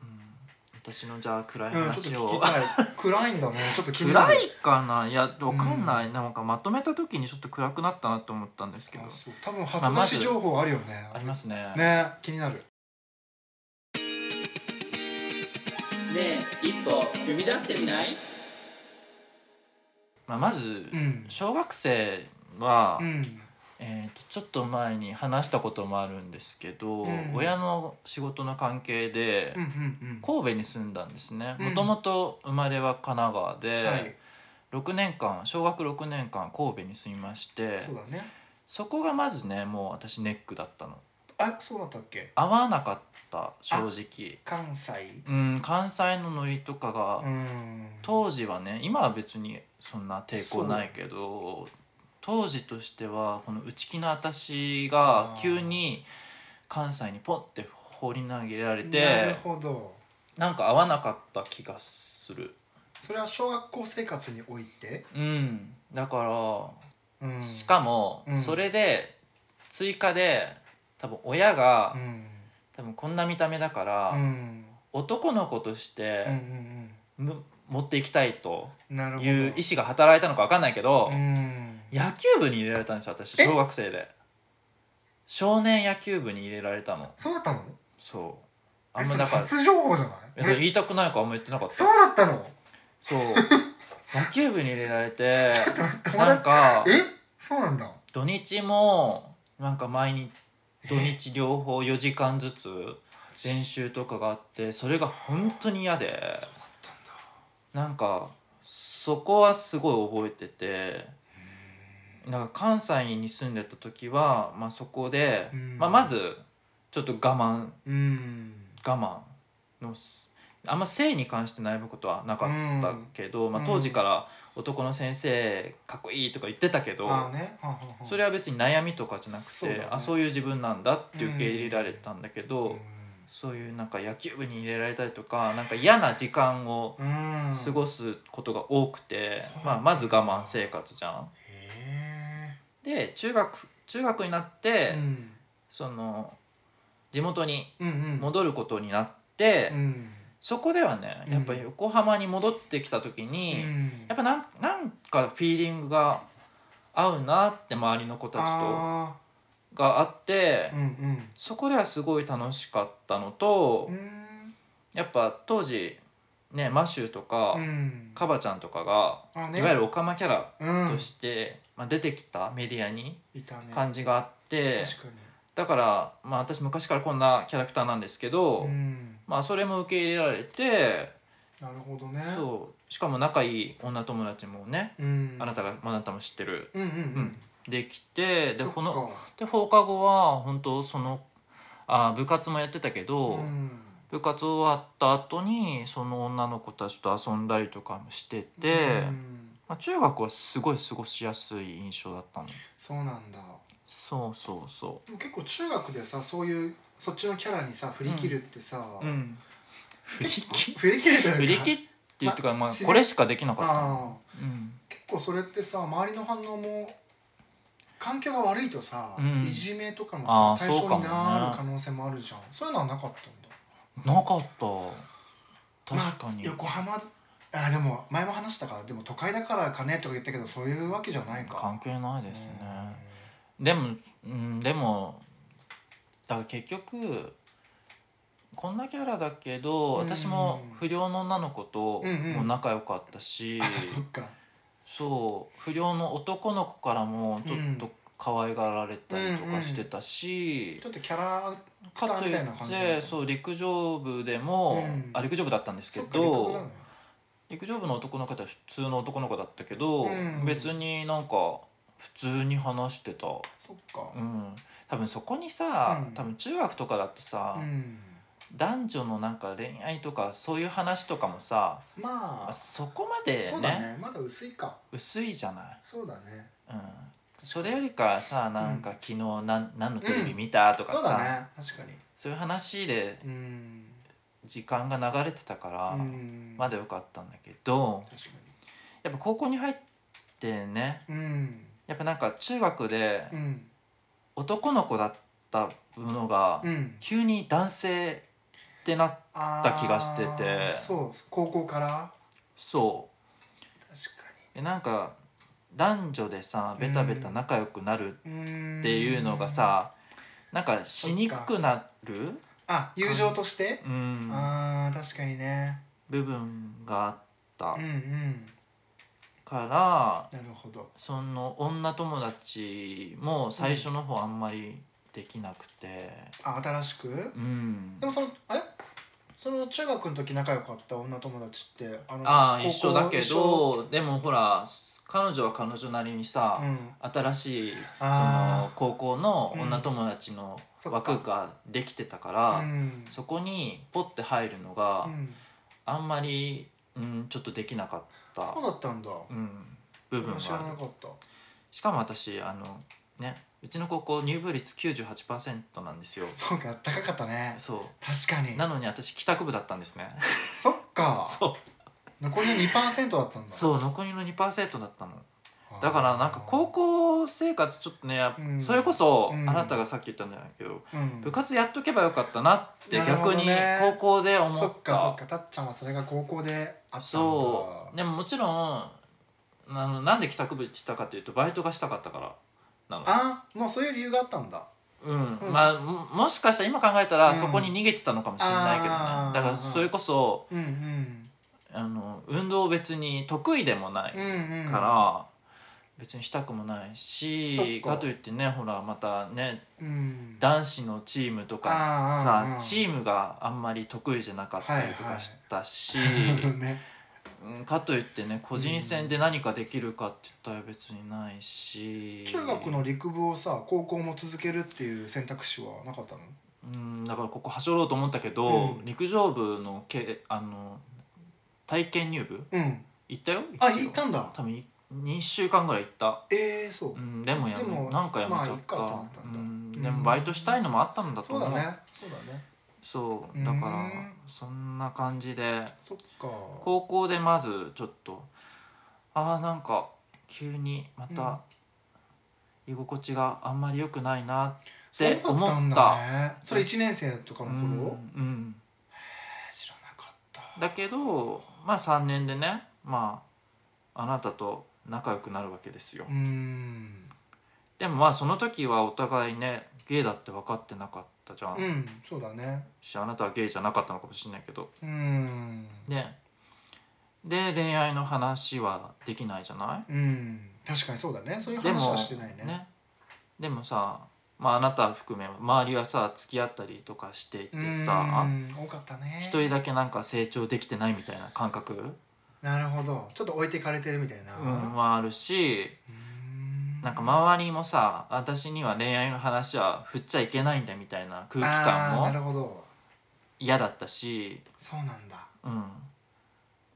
[SPEAKER 1] 私のじゃあ暗い
[SPEAKER 2] うん、ち
[SPEAKER 1] 話
[SPEAKER 2] ょっと
[SPEAKER 1] を、
[SPEAKER 2] 聞き たい暗いんだねちょっと気になる
[SPEAKER 1] 暗いかないやわかんない、なんかまとめた時にちょっと暗くなったなと思ったんですけど
[SPEAKER 2] あそう多分
[SPEAKER 1] まあ
[SPEAKER 2] 初
[SPEAKER 1] ま
[SPEAKER 2] 出
[SPEAKER 1] ず
[SPEAKER 2] し情報あるよね、
[SPEAKER 1] ありますね
[SPEAKER 2] ね気になる
[SPEAKER 3] ねえ一歩踏み出してみない
[SPEAKER 1] まあ、まず、
[SPEAKER 2] うん
[SPEAKER 1] 小学生は、
[SPEAKER 2] うん
[SPEAKER 1] えー、とちょっと前に話したこともあるんですけど、
[SPEAKER 2] うん
[SPEAKER 1] 親の仕事の関係で、
[SPEAKER 2] うんうん
[SPEAKER 1] 神戸に住んだんですね
[SPEAKER 2] うん
[SPEAKER 1] もともと生まれは神奈川
[SPEAKER 2] う
[SPEAKER 1] で、
[SPEAKER 2] んはい
[SPEAKER 1] 6年間小学6年間神戸に住みまして
[SPEAKER 2] そうだね
[SPEAKER 1] そこがまずねもう私ネックだったの
[SPEAKER 2] あそうだったっけ
[SPEAKER 1] 合わなかった正直
[SPEAKER 2] 関西
[SPEAKER 1] うん関西のノリとかが、
[SPEAKER 2] うん
[SPEAKER 1] 当時はね今は別にそんな抵抗ないけど当時としてはこの内気な私が
[SPEAKER 2] あー
[SPEAKER 1] 急に関西にポンって放り投げられ
[SPEAKER 2] なる
[SPEAKER 1] て
[SPEAKER 2] ほど
[SPEAKER 1] なんか合わなかった気がする
[SPEAKER 2] それは小学校生活において、
[SPEAKER 1] うんだから
[SPEAKER 2] うん、
[SPEAKER 1] しかも
[SPEAKER 2] うん
[SPEAKER 1] それで追加で多分親が
[SPEAKER 2] うん
[SPEAKER 1] 多分こんな見た目だか
[SPEAKER 2] う
[SPEAKER 1] ら
[SPEAKER 2] ん
[SPEAKER 1] 男の子として
[SPEAKER 2] うんうん
[SPEAKER 1] む持っていきたいと
[SPEAKER 2] うんなるほ
[SPEAKER 1] い
[SPEAKER 2] ど
[SPEAKER 1] う意思が働いたのか分かんないけど
[SPEAKER 2] うん
[SPEAKER 1] 野球部に入れられたんですよ私
[SPEAKER 2] え
[SPEAKER 1] 小学生で少年野球部に入れられたの
[SPEAKER 2] そうだったの
[SPEAKER 1] そうあ
[SPEAKER 2] え
[SPEAKER 1] ん
[SPEAKER 2] そ
[SPEAKER 1] ま
[SPEAKER 2] れ
[SPEAKER 1] だから
[SPEAKER 2] 初情報じゃ
[SPEAKER 1] えそれ
[SPEAKER 2] ないえ
[SPEAKER 1] 言いたくないからあんま言ってなかった
[SPEAKER 2] そうだったの
[SPEAKER 1] そう野球部に入れられて
[SPEAKER 2] って
[SPEAKER 1] なんか
[SPEAKER 2] えそうなんだ
[SPEAKER 1] 土日もなんか毎日土日両方4時間ずつ練習とかがあってそれが本当に嫌でなんかそこはすごい覚えててなんか関西に住んでた時は、まあ、そこで、
[SPEAKER 2] うん
[SPEAKER 1] まあ、まずちょっと我慢
[SPEAKER 2] うん
[SPEAKER 1] 我慢のすあんま性に関して悩むことはなかったけど、まあ、当時から男の先生かっこいいとか言ってたけど、
[SPEAKER 2] ああねはあはあはあ
[SPEAKER 1] それは別に悩みとかじゃなくて
[SPEAKER 2] そうだね
[SPEAKER 1] あそういう自分なんだって受け入れられたんだけど、
[SPEAKER 2] うん
[SPEAKER 1] そういうなんか野球部に入れられたりとかなんか嫌な時間を
[SPEAKER 2] うん
[SPEAKER 1] 過ごすことが多くて、
[SPEAKER 2] そう
[SPEAKER 1] まあ、まず我慢生活じゃん。
[SPEAKER 2] へ
[SPEAKER 1] で中学中学になっ
[SPEAKER 2] え
[SPEAKER 1] て、
[SPEAKER 2] うん
[SPEAKER 1] その地元に
[SPEAKER 2] うんうん
[SPEAKER 1] 戻ることになって。
[SPEAKER 2] うん
[SPEAKER 1] そこではねやっぱ
[SPEAKER 2] うん
[SPEAKER 1] 横浜に戻ってきた時に、
[SPEAKER 2] うん
[SPEAKER 1] やっぱなんなんかフィーリングが合うなって周りの子たちと
[SPEAKER 2] あ
[SPEAKER 1] があって
[SPEAKER 2] ーうんうん
[SPEAKER 1] そこではすごい楽しかったのと、
[SPEAKER 2] うん
[SPEAKER 1] やっぱ当時ねマシューとか、
[SPEAKER 2] うん
[SPEAKER 1] カバちゃんとかが、
[SPEAKER 2] あね
[SPEAKER 1] いわゆるオカマキャラ
[SPEAKER 2] うん
[SPEAKER 1] として、まあ、出てきたメディアに
[SPEAKER 2] いたね
[SPEAKER 1] 感じがあって、
[SPEAKER 2] 確か
[SPEAKER 1] だから、まあ、私昔からこんなキャラクターなんですけど、
[SPEAKER 2] にうん
[SPEAKER 1] まあ、それも受け入れられて
[SPEAKER 2] なるほどね
[SPEAKER 1] そうしかも仲いい女友達もね、
[SPEAKER 2] うん
[SPEAKER 1] あなたがまああなたも知ってる、
[SPEAKER 2] うんうんう
[SPEAKER 1] うん
[SPEAKER 2] ん
[SPEAKER 1] できてで
[SPEAKER 2] そっ
[SPEAKER 1] この
[SPEAKER 2] か
[SPEAKER 1] で放課後は本当そのあ部活もやってたけど、
[SPEAKER 2] うん
[SPEAKER 1] 部活終わった後にその女の子たちと遊んだりとかもしてて、
[SPEAKER 2] うん
[SPEAKER 1] まあ、中学はすごい過ごしやすい印象だったの
[SPEAKER 2] そうなんだ
[SPEAKER 1] そうそうそ
[SPEAKER 2] でも結構中学でさそういうそっちのキャラにさ振り切るってさ
[SPEAKER 1] ううん振り切
[SPEAKER 2] 振り切るというか
[SPEAKER 1] 振り切っていうか、まあ
[SPEAKER 2] 自、然
[SPEAKER 1] これしかできなかっ
[SPEAKER 2] ああ
[SPEAKER 1] た、うん、
[SPEAKER 2] 結構それってさ周りの反応も環境が悪いとさ、
[SPEAKER 1] うん
[SPEAKER 2] いじめとかの
[SPEAKER 1] あ
[SPEAKER 2] さ
[SPEAKER 1] あ
[SPEAKER 2] 対象に
[SPEAKER 1] そうかも
[SPEAKER 2] な
[SPEAKER 1] ね
[SPEAKER 2] る可能性もあるじゃんそういうのはなかったんだ
[SPEAKER 1] なかった確かに、
[SPEAKER 2] まあ横浜あでも前も話したからでも都会だからかねとか言ったけどそういうわけじゃないか
[SPEAKER 1] 関係ないですね、でもうんでもだから結局こんなキャラだけど、
[SPEAKER 2] うん
[SPEAKER 1] 私も不良の女の子と
[SPEAKER 2] うんうん
[SPEAKER 1] も仲良かったし、
[SPEAKER 2] あそっか
[SPEAKER 1] そう不良の男の子からもちょっ
[SPEAKER 2] う
[SPEAKER 1] と
[SPEAKER 2] ん
[SPEAKER 1] 可愛がられたりと
[SPEAKER 2] うんうん
[SPEAKER 1] かしてたし
[SPEAKER 2] ち、ょっとキャラクタ
[SPEAKER 1] か
[SPEAKER 2] ー
[SPEAKER 1] と
[SPEAKER 2] み
[SPEAKER 1] い
[SPEAKER 2] た
[SPEAKER 1] っ
[SPEAKER 2] いな感じ
[SPEAKER 1] てそう陸上部でも、
[SPEAKER 2] うん
[SPEAKER 1] あ陸上部だったんですけ
[SPEAKER 2] そっか
[SPEAKER 1] ど
[SPEAKER 2] 陸上なのよ
[SPEAKER 1] 陸上部の男の方は普通の男の子だったけど、
[SPEAKER 2] うん
[SPEAKER 1] 別になんか普通に話してた。
[SPEAKER 2] そっか
[SPEAKER 1] うん、多分そこにさ、
[SPEAKER 2] うん
[SPEAKER 1] 多分中学とかだとさ、
[SPEAKER 2] うん
[SPEAKER 1] 男女のなんか恋愛とかそういう話とかもさ、
[SPEAKER 2] まあ
[SPEAKER 1] そこまで
[SPEAKER 2] そう
[SPEAKER 1] ね
[SPEAKER 2] だねまだ薄いか
[SPEAKER 1] 薄いじゃない、
[SPEAKER 2] そうだね
[SPEAKER 1] うん、それよりかさなんか昨日なん、何のテレビ見たとか
[SPEAKER 2] そう
[SPEAKER 1] さ、
[SPEAKER 2] だね確かに
[SPEAKER 1] そういう話で
[SPEAKER 2] うん
[SPEAKER 1] 時間が流れてたから、
[SPEAKER 2] うん
[SPEAKER 1] まだよかったんだけど
[SPEAKER 2] 確か
[SPEAKER 1] やっぱ高校に入ってね
[SPEAKER 2] にうん
[SPEAKER 1] やっぱなんか中学で
[SPEAKER 2] うん
[SPEAKER 1] 男の子だったものが
[SPEAKER 2] うん
[SPEAKER 1] 急に男性ってなって。
[SPEAKER 2] あ
[SPEAKER 1] た気がしてて
[SPEAKER 2] ーそう高校から
[SPEAKER 1] そう
[SPEAKER 2] 確か
[SPEAKER 1] えなんか男女でさベタベタ仲良くなる
[SPEAKER 2] にうん
[SPEAKER 1] っていうのがさ、なんかしにくくなる
[SPEAKER 2] あ友情として
[SPEAKER 1] うん
[SPEAKER 2] あー確かにね
[SPEAKER 1] 部分があった
[SPEAKER 2] うんうん
[SPEAKER 1] から、
[SPEAKER 2] なるほど
[SPEAKER 1] その女友達も最初の方あんまりできなくて
[SPEAKER 2] あ新しく
[SPEAKER 1] うん、
[SPEAKER 2] でもそのあれその中学の時仲良かった女友達ってあの
[SPEAKER 1] ああ
[SPEAKER 2] 高校
[SPEAKER 1] 一緒だけ
[SPEAKER 2] 一緒
[SPEAKER 1] どでもほら彼女は彼女なりにさ、
[SPEAKER 2] うん
[SPEAKER 1] 新しいそ
[SPEAKER 2] あー
[SPEAKER 1] の高校の女友達の
[SPEAKER 2] そっか
[SPEAKER 1] 枠ができてたから、
[SPEAKER 2] うん
[SPEAKER 1] そこにポッて入るのが、
[SPEAKER 2] うん
[SPEAKER 1] あんまり、うん、ちょっとできなかった
[SPEAKER 2] そうだったんだ
[SPEAKER 1] うん、部分
[SPEAKER 2] 知らな
[SPEAKER 1] は
[SPEAKER 2] かった
[SPEAKER 1] しかも私あのねうちの高校入部率98%なんですよ
[SPEAKER 2] そうか高かったね
[SPEAKER 1] そ
[SPEAKER 2] 確かに
[SPEAKER 1] うなのに私帰宅部だったんですね
[SPEAKER 2] そっか
[SPEAKER 1] そう
[SPEAKER 2] 残りの2%だったんだ
[SPEAKER 1] そう残りの2%だったの
[SPEAKER 2] あー
[SPEAKER 1] だからなんか高校生活ちょっとね、やっぱ
[SPEAKER 2] うん
[SPEAKER 1] それこそあ
[SPEAKER 2] うん
[SPEAKER 1] なたがさっき言ったんじゃないけど、
[SPEAKER 2] うん
[SPEAKER 1] 部活やっとけばよかったなって
[SPEAKER 2] なるほ
[SPEAKER 1] 逆
[SPEAKER 2] ど
[SPEAKER 1] に
[SPEAKER 2] ね
[SPEAKER 1] 高校で思った
[SPEAKER 2] そっかそっかたっちゃんはそれが高校であったん
[SPEAKER 1] そ
[SPEAKER 2] だ
[SPEAKER 1] うでももちろんあのなんで帰宅部行ったかというとバイトがしたかったからなの
[SPEAKER 2] あもうそういう理由があったんだ
[SPEAKER 1] うん、
[SPEAKER 2] うん
[SPEAKER 1] まあももしかしたら今考えたら
[SPEAKER 2] うん
[SPEAKER 1] そこに逃げてたのかもしれないけどね、
[SPEAKER 2] あー
[SPEAKER 1] だからそれこそ
[SPEAKER 2] うんうん
[SPEAKER 1] あの運動別に得意でもない
[SPEAKER 2] うんうん
[SPEAKER 1] から、別にしたくもないし
[SPEAKER 2] そっ
[SPEAKER 1] か
[SPEAKER 2] か
[SPEAKER 1] といってねほらまたね
[SPEAKER 2] うん
[SPEAKER 1] 男子のチームとか
[SPEAKER 2] あー
[SPEAKER 1] さ、
[SPEAKER 2] うんうん
[SPEAKER 1] チームがあんまり得意じゃなかったりとかしたし、
[SPEAKER 2] ね
[SPEAKER 1] うんかといってね個人戦で何かできるかって言ったら別にないし
[SPEAKER 2] 中学の陸部をさ高校も続けるっていう選択肢はなかったの
[SPEAKER 1] うんだからここ走ろうと思ったけど、
[SPEAKER 2] うん
[SPEAKER 1] 陸上部のけあの体験入部
[SPEAKER 2] うん
[SPEAKER 1] 行ったよ
[SPEAKER 2] あ
[SPEAKER 1] 一応
[SPEAKER 2] 行ったんだ
[SPEAKER 1] 多分い2週間ぐらい行った、
[SPEAKER 2] ええそう
[SPEAKER 1] うん、でもやめ
[SPEAKER 2] でも
[SPEAKER 1] なんかやめちゃった,、
[SPEAKER 2] まあいいかと思ったんだ
[SPEAKER 1] うん
[SPEAKER 2] うん
[SPEAKER 1] でもバイトしたいのもあったんだと
[SPEAKER 2] そう
[SPEAKER 1] 思
[SPEAKER 2] だ
[SPEAKER 1] う
[SPEAKER 2] ねそうだね
[SPEAKER 1] そうだから
[SPEAKER 2] うん
[SPEAKER 1] そんな感じで
[SPEAKER 2] そっか
[SPEAKER 1] 高校でまずちょっとああなんか急にま
[SPEAKER 2] うん
[SPEAKER 1] た居心地があんまり良くないなって
[SPEAKER 2] そう
[SPEAKER 1] 思
[SPEAKER 2] だん
[SPEAKER 1] っ
[SPEAKER 2] だ
[SPEAKER 1] た。
[SPEAKER 2] ねそれ1年生とか
[SPEAKER 1] う
[SPEAKER 2] の
[SPEAKER 1] ん
[SPEAKER 2] 頃
[SPEAKER 1] うん
[SPEAKER 2] 知らなかった
[SPEAKER 1] だけどまあ3年でねまああなたと仲良くなるわけですよ
[SPEAKER 2] うーん
[SPEAKER 1] でもまあその時はお互いねゲイだって分かってなかったじゃん、
[SPEAKER 2] うんそうだね
[SPEAKER 1] しあなたはゲイじゃなかったのかもしれないけど
[SPEAKER 2] うーん
[SPEAKER 1] でで恋愛の話はできないじゃない
[SPEAKER 2] うん確かにそうだねそういう
[SPEAKER 1] で
[SPEAKER 2] 話
[SPEAKER 1] も
[SPEAKER 2] はしてないね
[SPEAKER 1] でもさ、まあ、あなた含め周りはさ付き合ったりとかしていてさ
[SPEAKER 2] うん多かったね
[SPEAKER 1] 一人だけなんか成長できてないみたいな感覚、
[SPEAKER 2] なるほどちょっと置いてかれてるみたいな
[SPEAKER 1] うん、はあるし
[SPEAKER 2] うーん
[SPEAKER 1] なんか周りもさ私には恋愛の話は振っちゃいけないんだみたいな空気感
[SPEAKER 2] あーなる
[SPEAKER 1] も
[SPEAKER 2] ほど
[SPEAKER 1] 嫌だったし、
[SPEAKER 2] そうなんだ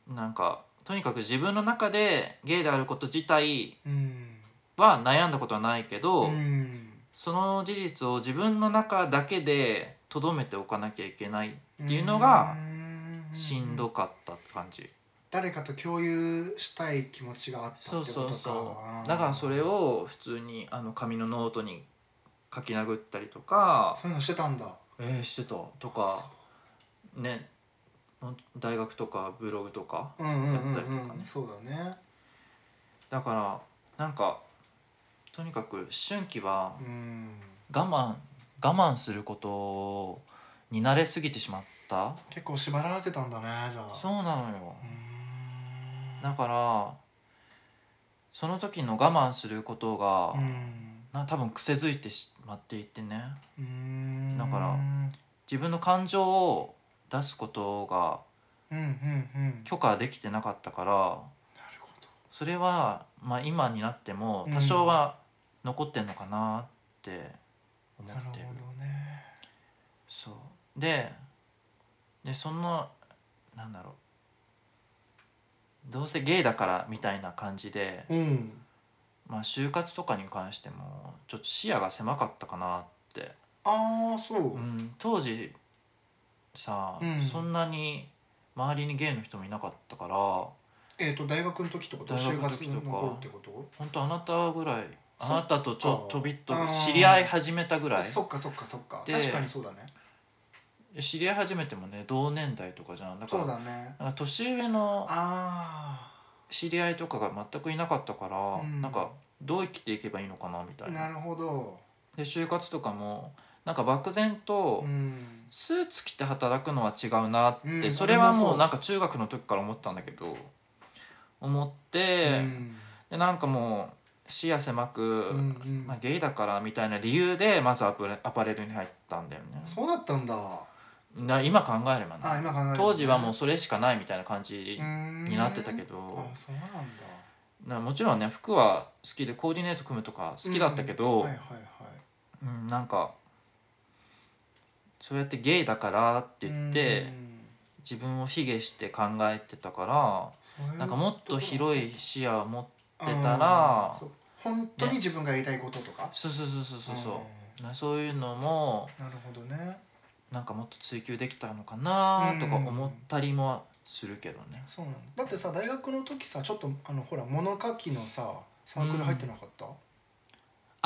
[SPEAKER 1] うん、なんかとにかく自分の中でゲイであること自体
[SPEAKER 2] うん
[SPEAKER 1] は悩んだことはないけど、
[SPEAKER 2] うん
[SPEAKER 1] その事実を自分の中だけでとどめておかなきゃいけないっていうのがしんどかったって感じ、
[SPEAKER 2] 誰かと共有したい気持ちがあったって
[SPEAKER 1] そ
[SPEAKER 2] こと
[SPEAKER 1] う
[SPEAKER 2] か
[SPEAKER 1] そうそう
[SPEAKER 2] ー
[SPEAKER 1] だからそれを普通にあの紙のノートに書き殴ったりとか
[SPEAKER 2] そういうのしてたんだ
[SPEAKER 1] えー、してたとかねほん大学とかブログとか
[SPEAKER 2] うんうんうん、
[SPEAKER 1] やったりとか
[SPEAKER 2] う
[SPEAKER 1] ね
[SPEAKER 2] ん、そうだね
[SPEAKER 1] だからなんかとにかく思春期は
[SPEAKER 2] うん
[SPEAKER 1] 我慢我慢することに慣れすぎてしまった
[SPEAKER 2] 結構縛られてたんだねじゃあ
[SPEAKER 1] そうなのよ
[SPEAKER 2] うーん
[SPEAKER 1] だからその時の我慢することが、
[SPEAKER 2] うん
[SPEAKER 1] な多分癖づいてしまっていてね
[SPEAKER 2] うーん
[SPEAKER 1] だか
[SPEAKER 2] う
[SPEAKER 1] ら
[SPEAKER 2] ん
[SPEAKER 1] 自分の感情を出すことが
[SPEAKER 2] うんうん
[SPEAKER 1] 許可できてなかったから
[SPEAKER 2] なるほど
[SPEAKER 1] それは、まあ、今になっても
[SPEAKER 2] うん
[SPEAKER 1] 多少は残ってんのかなって思
[SPEAKER 2] なる
[SPEAKER 1] っ
[SPEAKER 2] ほ
[SPEAKER 1] てる,、
[SPEAKER 2] どね
[SPEAKER 1] そうででそのなんだろうどうせゲイだからみたいな感じで、
[SPEAKER 2] うん
[SPEAKER 1] まあ、就活とかに関してもちょっと視野が狭かったかなって、
[SPEAKER 2] ああそう、う
[SPEAKER 1] うんん、当時さ、
[SPEAKER 2] うん
[SPEAKER 1] そんなに周りにゲイの人もいなかったからほ
[SPEAKER 2] えっ、と大学の時ってこと
[SPEAKER 1] 大
[SPEAKER 2] 就
[SPEAKER 1] 学の
[SPEAKER 2] 活
[SPEAKER 1] 時と
[SPEAKER 2] の
[SPEAKER 1] か
[SPEAKER 2] 頃ってこと
[SPEAKER 1] んとあなたぐらい
[SPEAKER 2] そ
[SPEAKER 1] あ
[SPEAKER 2] っ
[SPEAKER 1] なたとちょちょびっと
[SPEAKER 2] あー
[SPEAKER 1] 知り合い始めたぐらい
[SPEAKER 2] そっかそっかそっか
[SPEAKER 1] で
[SPEAKER 2] 確かにそうだね
[SPEAKER 1] 知り合い始めてもね同年代とかじゃんだか
[SPEAKER 2] そう
[SPEAKER 1] ら
[SPEAKER 2] だね
[SPEAKER 1] なんか年上の
[SPEAKER 2] あ
[SPEAKER 1] 知り合いとかが全くいなかったから、
[SPEAKER 2] うん
[SPEAKER 1] なんかどう生きていけばいいのかなみた
[SPEAKER 2] あ
[SPEAKER 1] いな
[SPEAKER 2] なるほど
[SPEAKER 1] で就活とかもなんか漠然と、
[SPEAKER 2] うん
[SPEAKER 1] スーツ着て働くのは違うなって、
[SPEAKER 2] うん
[SPEAKER 1] それはも
[SPEAKER 2] 俺もそう
[SPEAKER 1] うなんか中学の時から思ってたんだけど思って、
[SPEAKER 2] うん
[SPEAKER 1] でなんかもう視野狭く、
[SPEAKER 2] うんうん
[SPEAKER 1] まあ、ゲイだからみたいな理由でまずアパレアパレルに入ったんだよね
[SPEAKER 2] そうだったんだ
[SPEAKER 1] だ今考えればね
[SPEAKER 2] あ今考える、ね、
[SPEAKER 1] 当時はもうそれしかないみたいな感じ
[SPEAKER 2] に
[SPEAKER 1] になってたけど、
[SPEAKER 2] あそうなんだ
[SPEAKER 1] なもちろんね服は好きでコーディネート組むとか好きだったけど、
[SPEAKER 2] はいはいはい
[SPEAKER 1] うんなんかそうやってゲイだからって言って、
[SPEAKER 2] うん
[SPEAKER 1] 自分を卑下して考えてたからなんかもっと広い視野を持ってたら
[SPEAKER 2] うんそう本当に自分がやりたいこととか、
[SPEAKER 1] そうそうそうそうそうそうなそういうのも
[SPEAKER 2] なるほどね
[SPEAKER 1] なんかもっと追求できたのかなとか思ったりもするけどね
[SPEAKER 2] そうなんだだってさ大学の時さちょっとあのほら物書きのさサークル入ってなかった、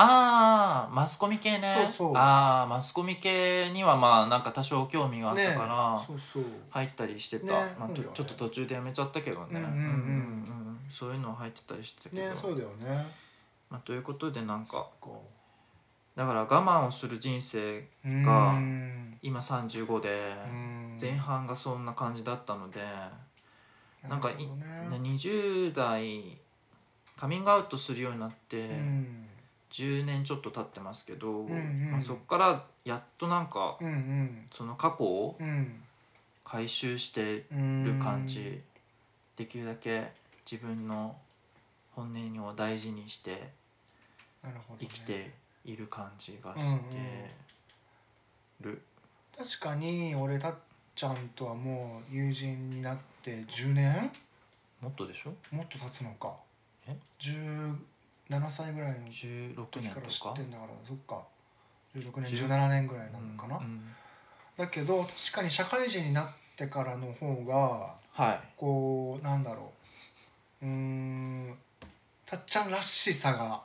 [SPEAKER 1] ああマスコミ系ね
[SPEAKER 2] そうそう
[SPEAKER 1] ああマスコミ系にはまあなんか多少興味があったから、
[SPEAKER 2] ねそうそう
[SPEAKER 1] 入ったりしてた、
[SPEAKER 2] ね
[SPEAKER 1] まあ、
[SPEAKER 2] そうだ
[SPEAKER 1] と
[SPEAKER 2] よね
[SPEAKER 1] ちょっと途中でやめちゃったけどね、
[SPEAKER 2] うんうんう
[SPEAKER 1] うん
[SPEAKER 2] ん
[SPEAKER 1] うんそういうの入ってたりしてたけど、
[SPEAKER 2] ねそうだよね
[SPEAKER 1] まあ、ということでなんか
[SPEAKER 2] こ
[SPEAKER 1] だから我慢をする人生
[SPEAKER 2] うう
[SPEAKER 1] が
[SPEAKER 2] ーん
[SPEAKER 1] 今35で
[SPEAKER 2] うーん
[SPEAKER 1] 前半がそんな感じだったのでなんかい
[SPEAKER 2] るほどね
[SPEAKER 1] 20代カミングアウトするようになって
[SPEAKER 2] うん
[SPEAKER 1] 10年ちょっと経ってますけど、
[SPEAKER 2] んうん
[SPEAKER 1] まあ、そっからやっとなんか
[SPEAKER 2] うんうん
[SPEAKER 1] その過去を
[SPEAKER 2] うん
[SPEAKER 1] 回収して
[SPEAKER 2] うーん
[SPEAKER 1] る感じできるだけ自分の本音を大事にして
[SPEAKER 2] なるほど、
[SPEAKER 1] 生
[SPEAKER 2] ね、
[SPEAKER 1] きている感じがしてる
[SPEAKER 2] 確かに俺たっちゃんとはもう友人になって10年
[SPEAKER 1] もっとでしょ
[SPEAKER 2] もっと経つのか
[SPEAKER 1] え
[SPEAKER 2] 17歳ぐらいの
[SPEAKER 1] 16
[SPEAKER 2] 時
[SPEAKER 1] 年
[SPEAKER 2] から知
[SPEAKER 1] と
[SPEAKER 2] っ
[SPEAKER 1] か
[SPEAKER 2] てんだからそっか16年
[SPEAKER 1] 10
[SPEAKER 2] 17年ぐらいなのかな、
[SPEAKER 1] うんうん
[SPEAKER 2] だけど確かに社会人になってからの方が
[SPEAKER 1] はい
[SPEAKER 2] こうなんだろううーんたっちゃんらしさが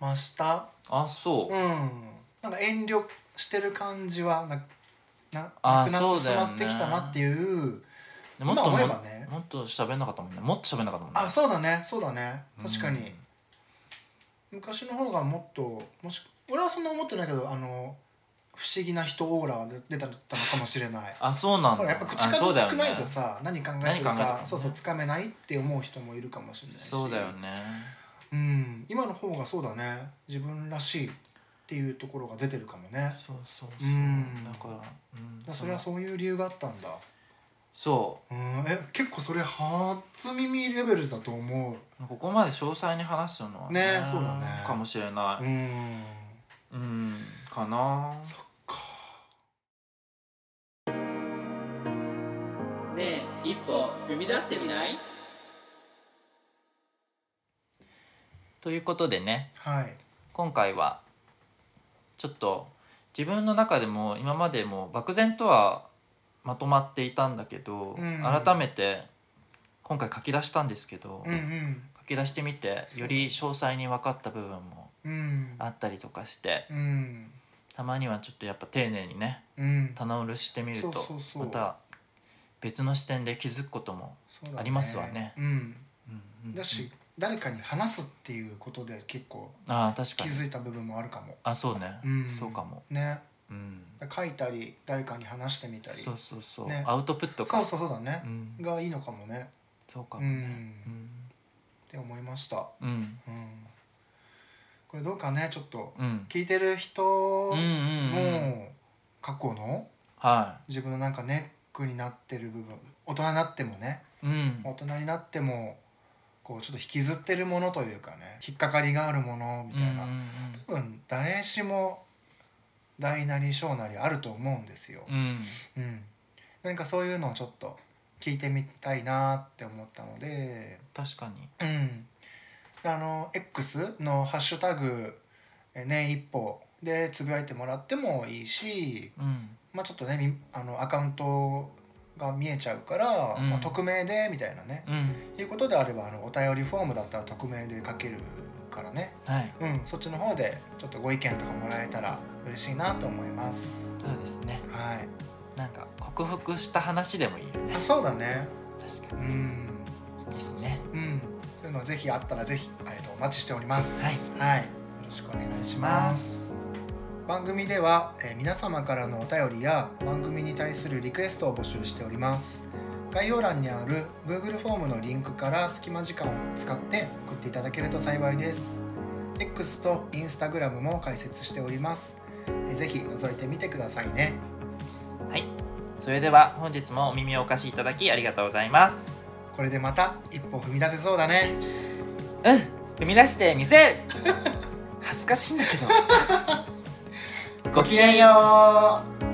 [SPEAKER 2] 増した
[SPEAKER 1] あそう
[SPEAKER 2] うんなんか遠慮してる感じはなな
[SPEAKER 1] あー
[SPEAKER 2] なくなって
[SPEAKER 1] そうだ
[SPEAKER 2] し
[SPEAKER 1] よ
[SPEAKER 2] ま
[SPEAKER 1] ね
[SPEAKER 2] ってきたなっていう
[SPEAKER 1] でもっと
[SPEAKER 2] 今
[SPEAKER 1] も
[SPEAKER 2] 思えばね
[SPEAKER 1] もっと喋んなかったもんねもっと喋んなかったもんね
[SPEAKER 2] あそうだねそうだね確かに、
[SPEAKER 1] うん
[SPEAKER 2] 昔の方がもっともし俺はそんな思ってないけどあの不思議な人オーラが出たのかもし れない
[SPEAKER 1] あそうなん
[SPEAKER 2] ほ
[SPEAKER 1] だ
[SPEAKER 2] らやっぱ口
[SPEAKER 1] あそうだ
[SPEAKER 2] 数
[SPEAKER 1] よ
[SPEAKER 2] 少
[SPEAKER 1] ね
[SPEAKER 2] ないとさ、何考えて
[SPEAKER 1] 何
[SPEAKER 2] るか
[SPEAKER 1] 考えてるかね
[SPEAKER 2] そうそうつかめないって思う人もいるかもしれないし
[SPEAKER 1] そうだよね
[SPEAKER 2] うん今の方がそうだね自分らしいっていうところが出てるかもね
[SPEAKER 1] そうそうそう
[SPEAKER 2] うん
[SPEAKER 1] だからうん
[SPEAKER 2] だからそれはそういう理由があったんだ
[SPEAKER 1] そう
[SPEAKER 2] うんえ結構それ初耳レベルだと思う
[SPEAKER 1] ここまで詳細に話すのは
[SPEAKER 2] ねそうだね
[SPEAKER 1] かもしれな
[SPEAKER 2] う
[SPEAKER 1] い
[SPEAKER 2] ん
[SPEAKER 1] うん、かな
[SPEAKER 3] ねえ一歩踏み出してみない
[SPEAKER 1] ということでね
[SPEAKER 2] はい
[SPEAKER 1] 今回はちょっと自分の中でも今までも漠然とはまとまっていたんだけど、
[SPEAKER 2] うん
[SPEAKER 1] 改めて今回書き出したんですけど、
[SPEAKER 2] うんうん
[SPEAKER 1] 書き出してみてより詳細に分かった部分も
[SPEAKER 2] うん
[SPEAKER 1] あったりとかして
[SPEAKER 2] うん
[SPEAKER 1] たまにはちょっとやっぱ丁寧にね
[SPEAKER 2] うん
[SPEAKER 1] 棚卸ししてみると
[SPEAKER 2] そうそうそう
[SPEAKER 1] また別の視点で気づくことも
[SPEAKER 2] そうだね
[SPEAKER 1] ありますわね
[SPEAKER 2] うん
[SPEAKER 1] うんうん
[SPEAKER 2] だし誰かに話すっていうことで結構
[SPEAKER 1] ああ確か
[SPEAKER 2] 気
[SPEAKER 1] に
[SPEAKER 2] づいた部分もあるかも
[SPEAKER 1] あそうね、
[SPEAKER 2] うん
[SPEAKER 1] そうかも、
[SPEAKER 2] ね
[SPEAKER 1] うん、
[SPEAKER 2] 書いたり誰かに話してみたり
[SPEAKER 1] そうそうそう、
[SPEAKER 2] ね
[SPEAKER 1] アウトプット
[SPEAKER 2] そ
[SPEAKER 1] か
[SPEAKER 2] うそうそうだね
[SPEAKER 1] う、ん、
[SPEAKER 2] がいいのかもね
[SPEAKER 1] そうか
[SPEAKER 2] う
[SPEAKER 1] も
[SPEAKER 2] ん、
[SPEAKER 1] うん
[SPEAKER 2] って思いました、
[SPEAKER 1] うん
[SPEAKER 2] うん、これどうかねちょっと
[SPEAKER 1] うん
[SPEAKER 2] 聞いてる人
[SPEAKER 1] うんうんうん
[SPEAKER 2] も過去の
[SPEAKER 1] は
[SPEAKER 2] 自分のなんかネックになってる部分大人になってもね
[SPEAKER 1] いうん
[SPEAKER 2] 大人になってもこうちょっと引きずってるものというかね引っかかりがあるものみたいな、
[SPEAKER 1] うん
[SPEAKER 2] 多分誰しも大なり小なりあると思うんですよ。
[SPEAKER 1] うんうん
[SPEAKER 2] うん、何かそういうのをちょっと聞いてみたいなって思ったので、
[SPEAKER 1] 確かに
[SPEAKER 2] うん、あの X の「ハッシュタグえーね一歩」でつぶやいてもらってもいいし、
[SPEAKER 1] うん
[SPEAKER 2] まあ、ちょっとねみあのアカウントが見えちゃうから、
[SPEAKER 1] うん
[SPEAKER 2] まあ、匿名でみたいなね、
[SPEAKER 1] うん
[SPEAKER 2] いうことであればあのお便りフォームだったら匿名で書けるからね、
[SPEAKER 1] はい
[SPEAKER 2] うん、そっちの方でちょっとご意見とかもらえたら嬉しいなと思います。
[SPEAKER 1] そうですね
[SPEAKER 2] はい、
[SPEAKER 1] なんか克服した話でもいいよね
[SPEAKER 2] あそうだね
[SPEAKER 1] 確か
[SPEAKER 2] うん
[SPEAKER 1] にですね
[SPEAKER 2] うん、そういうのぜひあったらぜひ、えっと、お待ちしております。はい、よろしくお願いします。番組では、えー皆様からのお便りや番組に対するリクエストを募集しております。概要欄にある Google フォームのリンクから隙間時間を使って送っていただけると幸いです。X と Instagram も開設しております。えーぜひ覗いてみてくださいね。
[SPEAKER 1] はいそれでは本日もお耳をお貸しいただきありがとうございます
[SPEAKER 2] これでまた一歩踏み出せそうだね。
[SPEAKER 1] うん踏み出してみせる恥ずかしいんだけどごきげんよう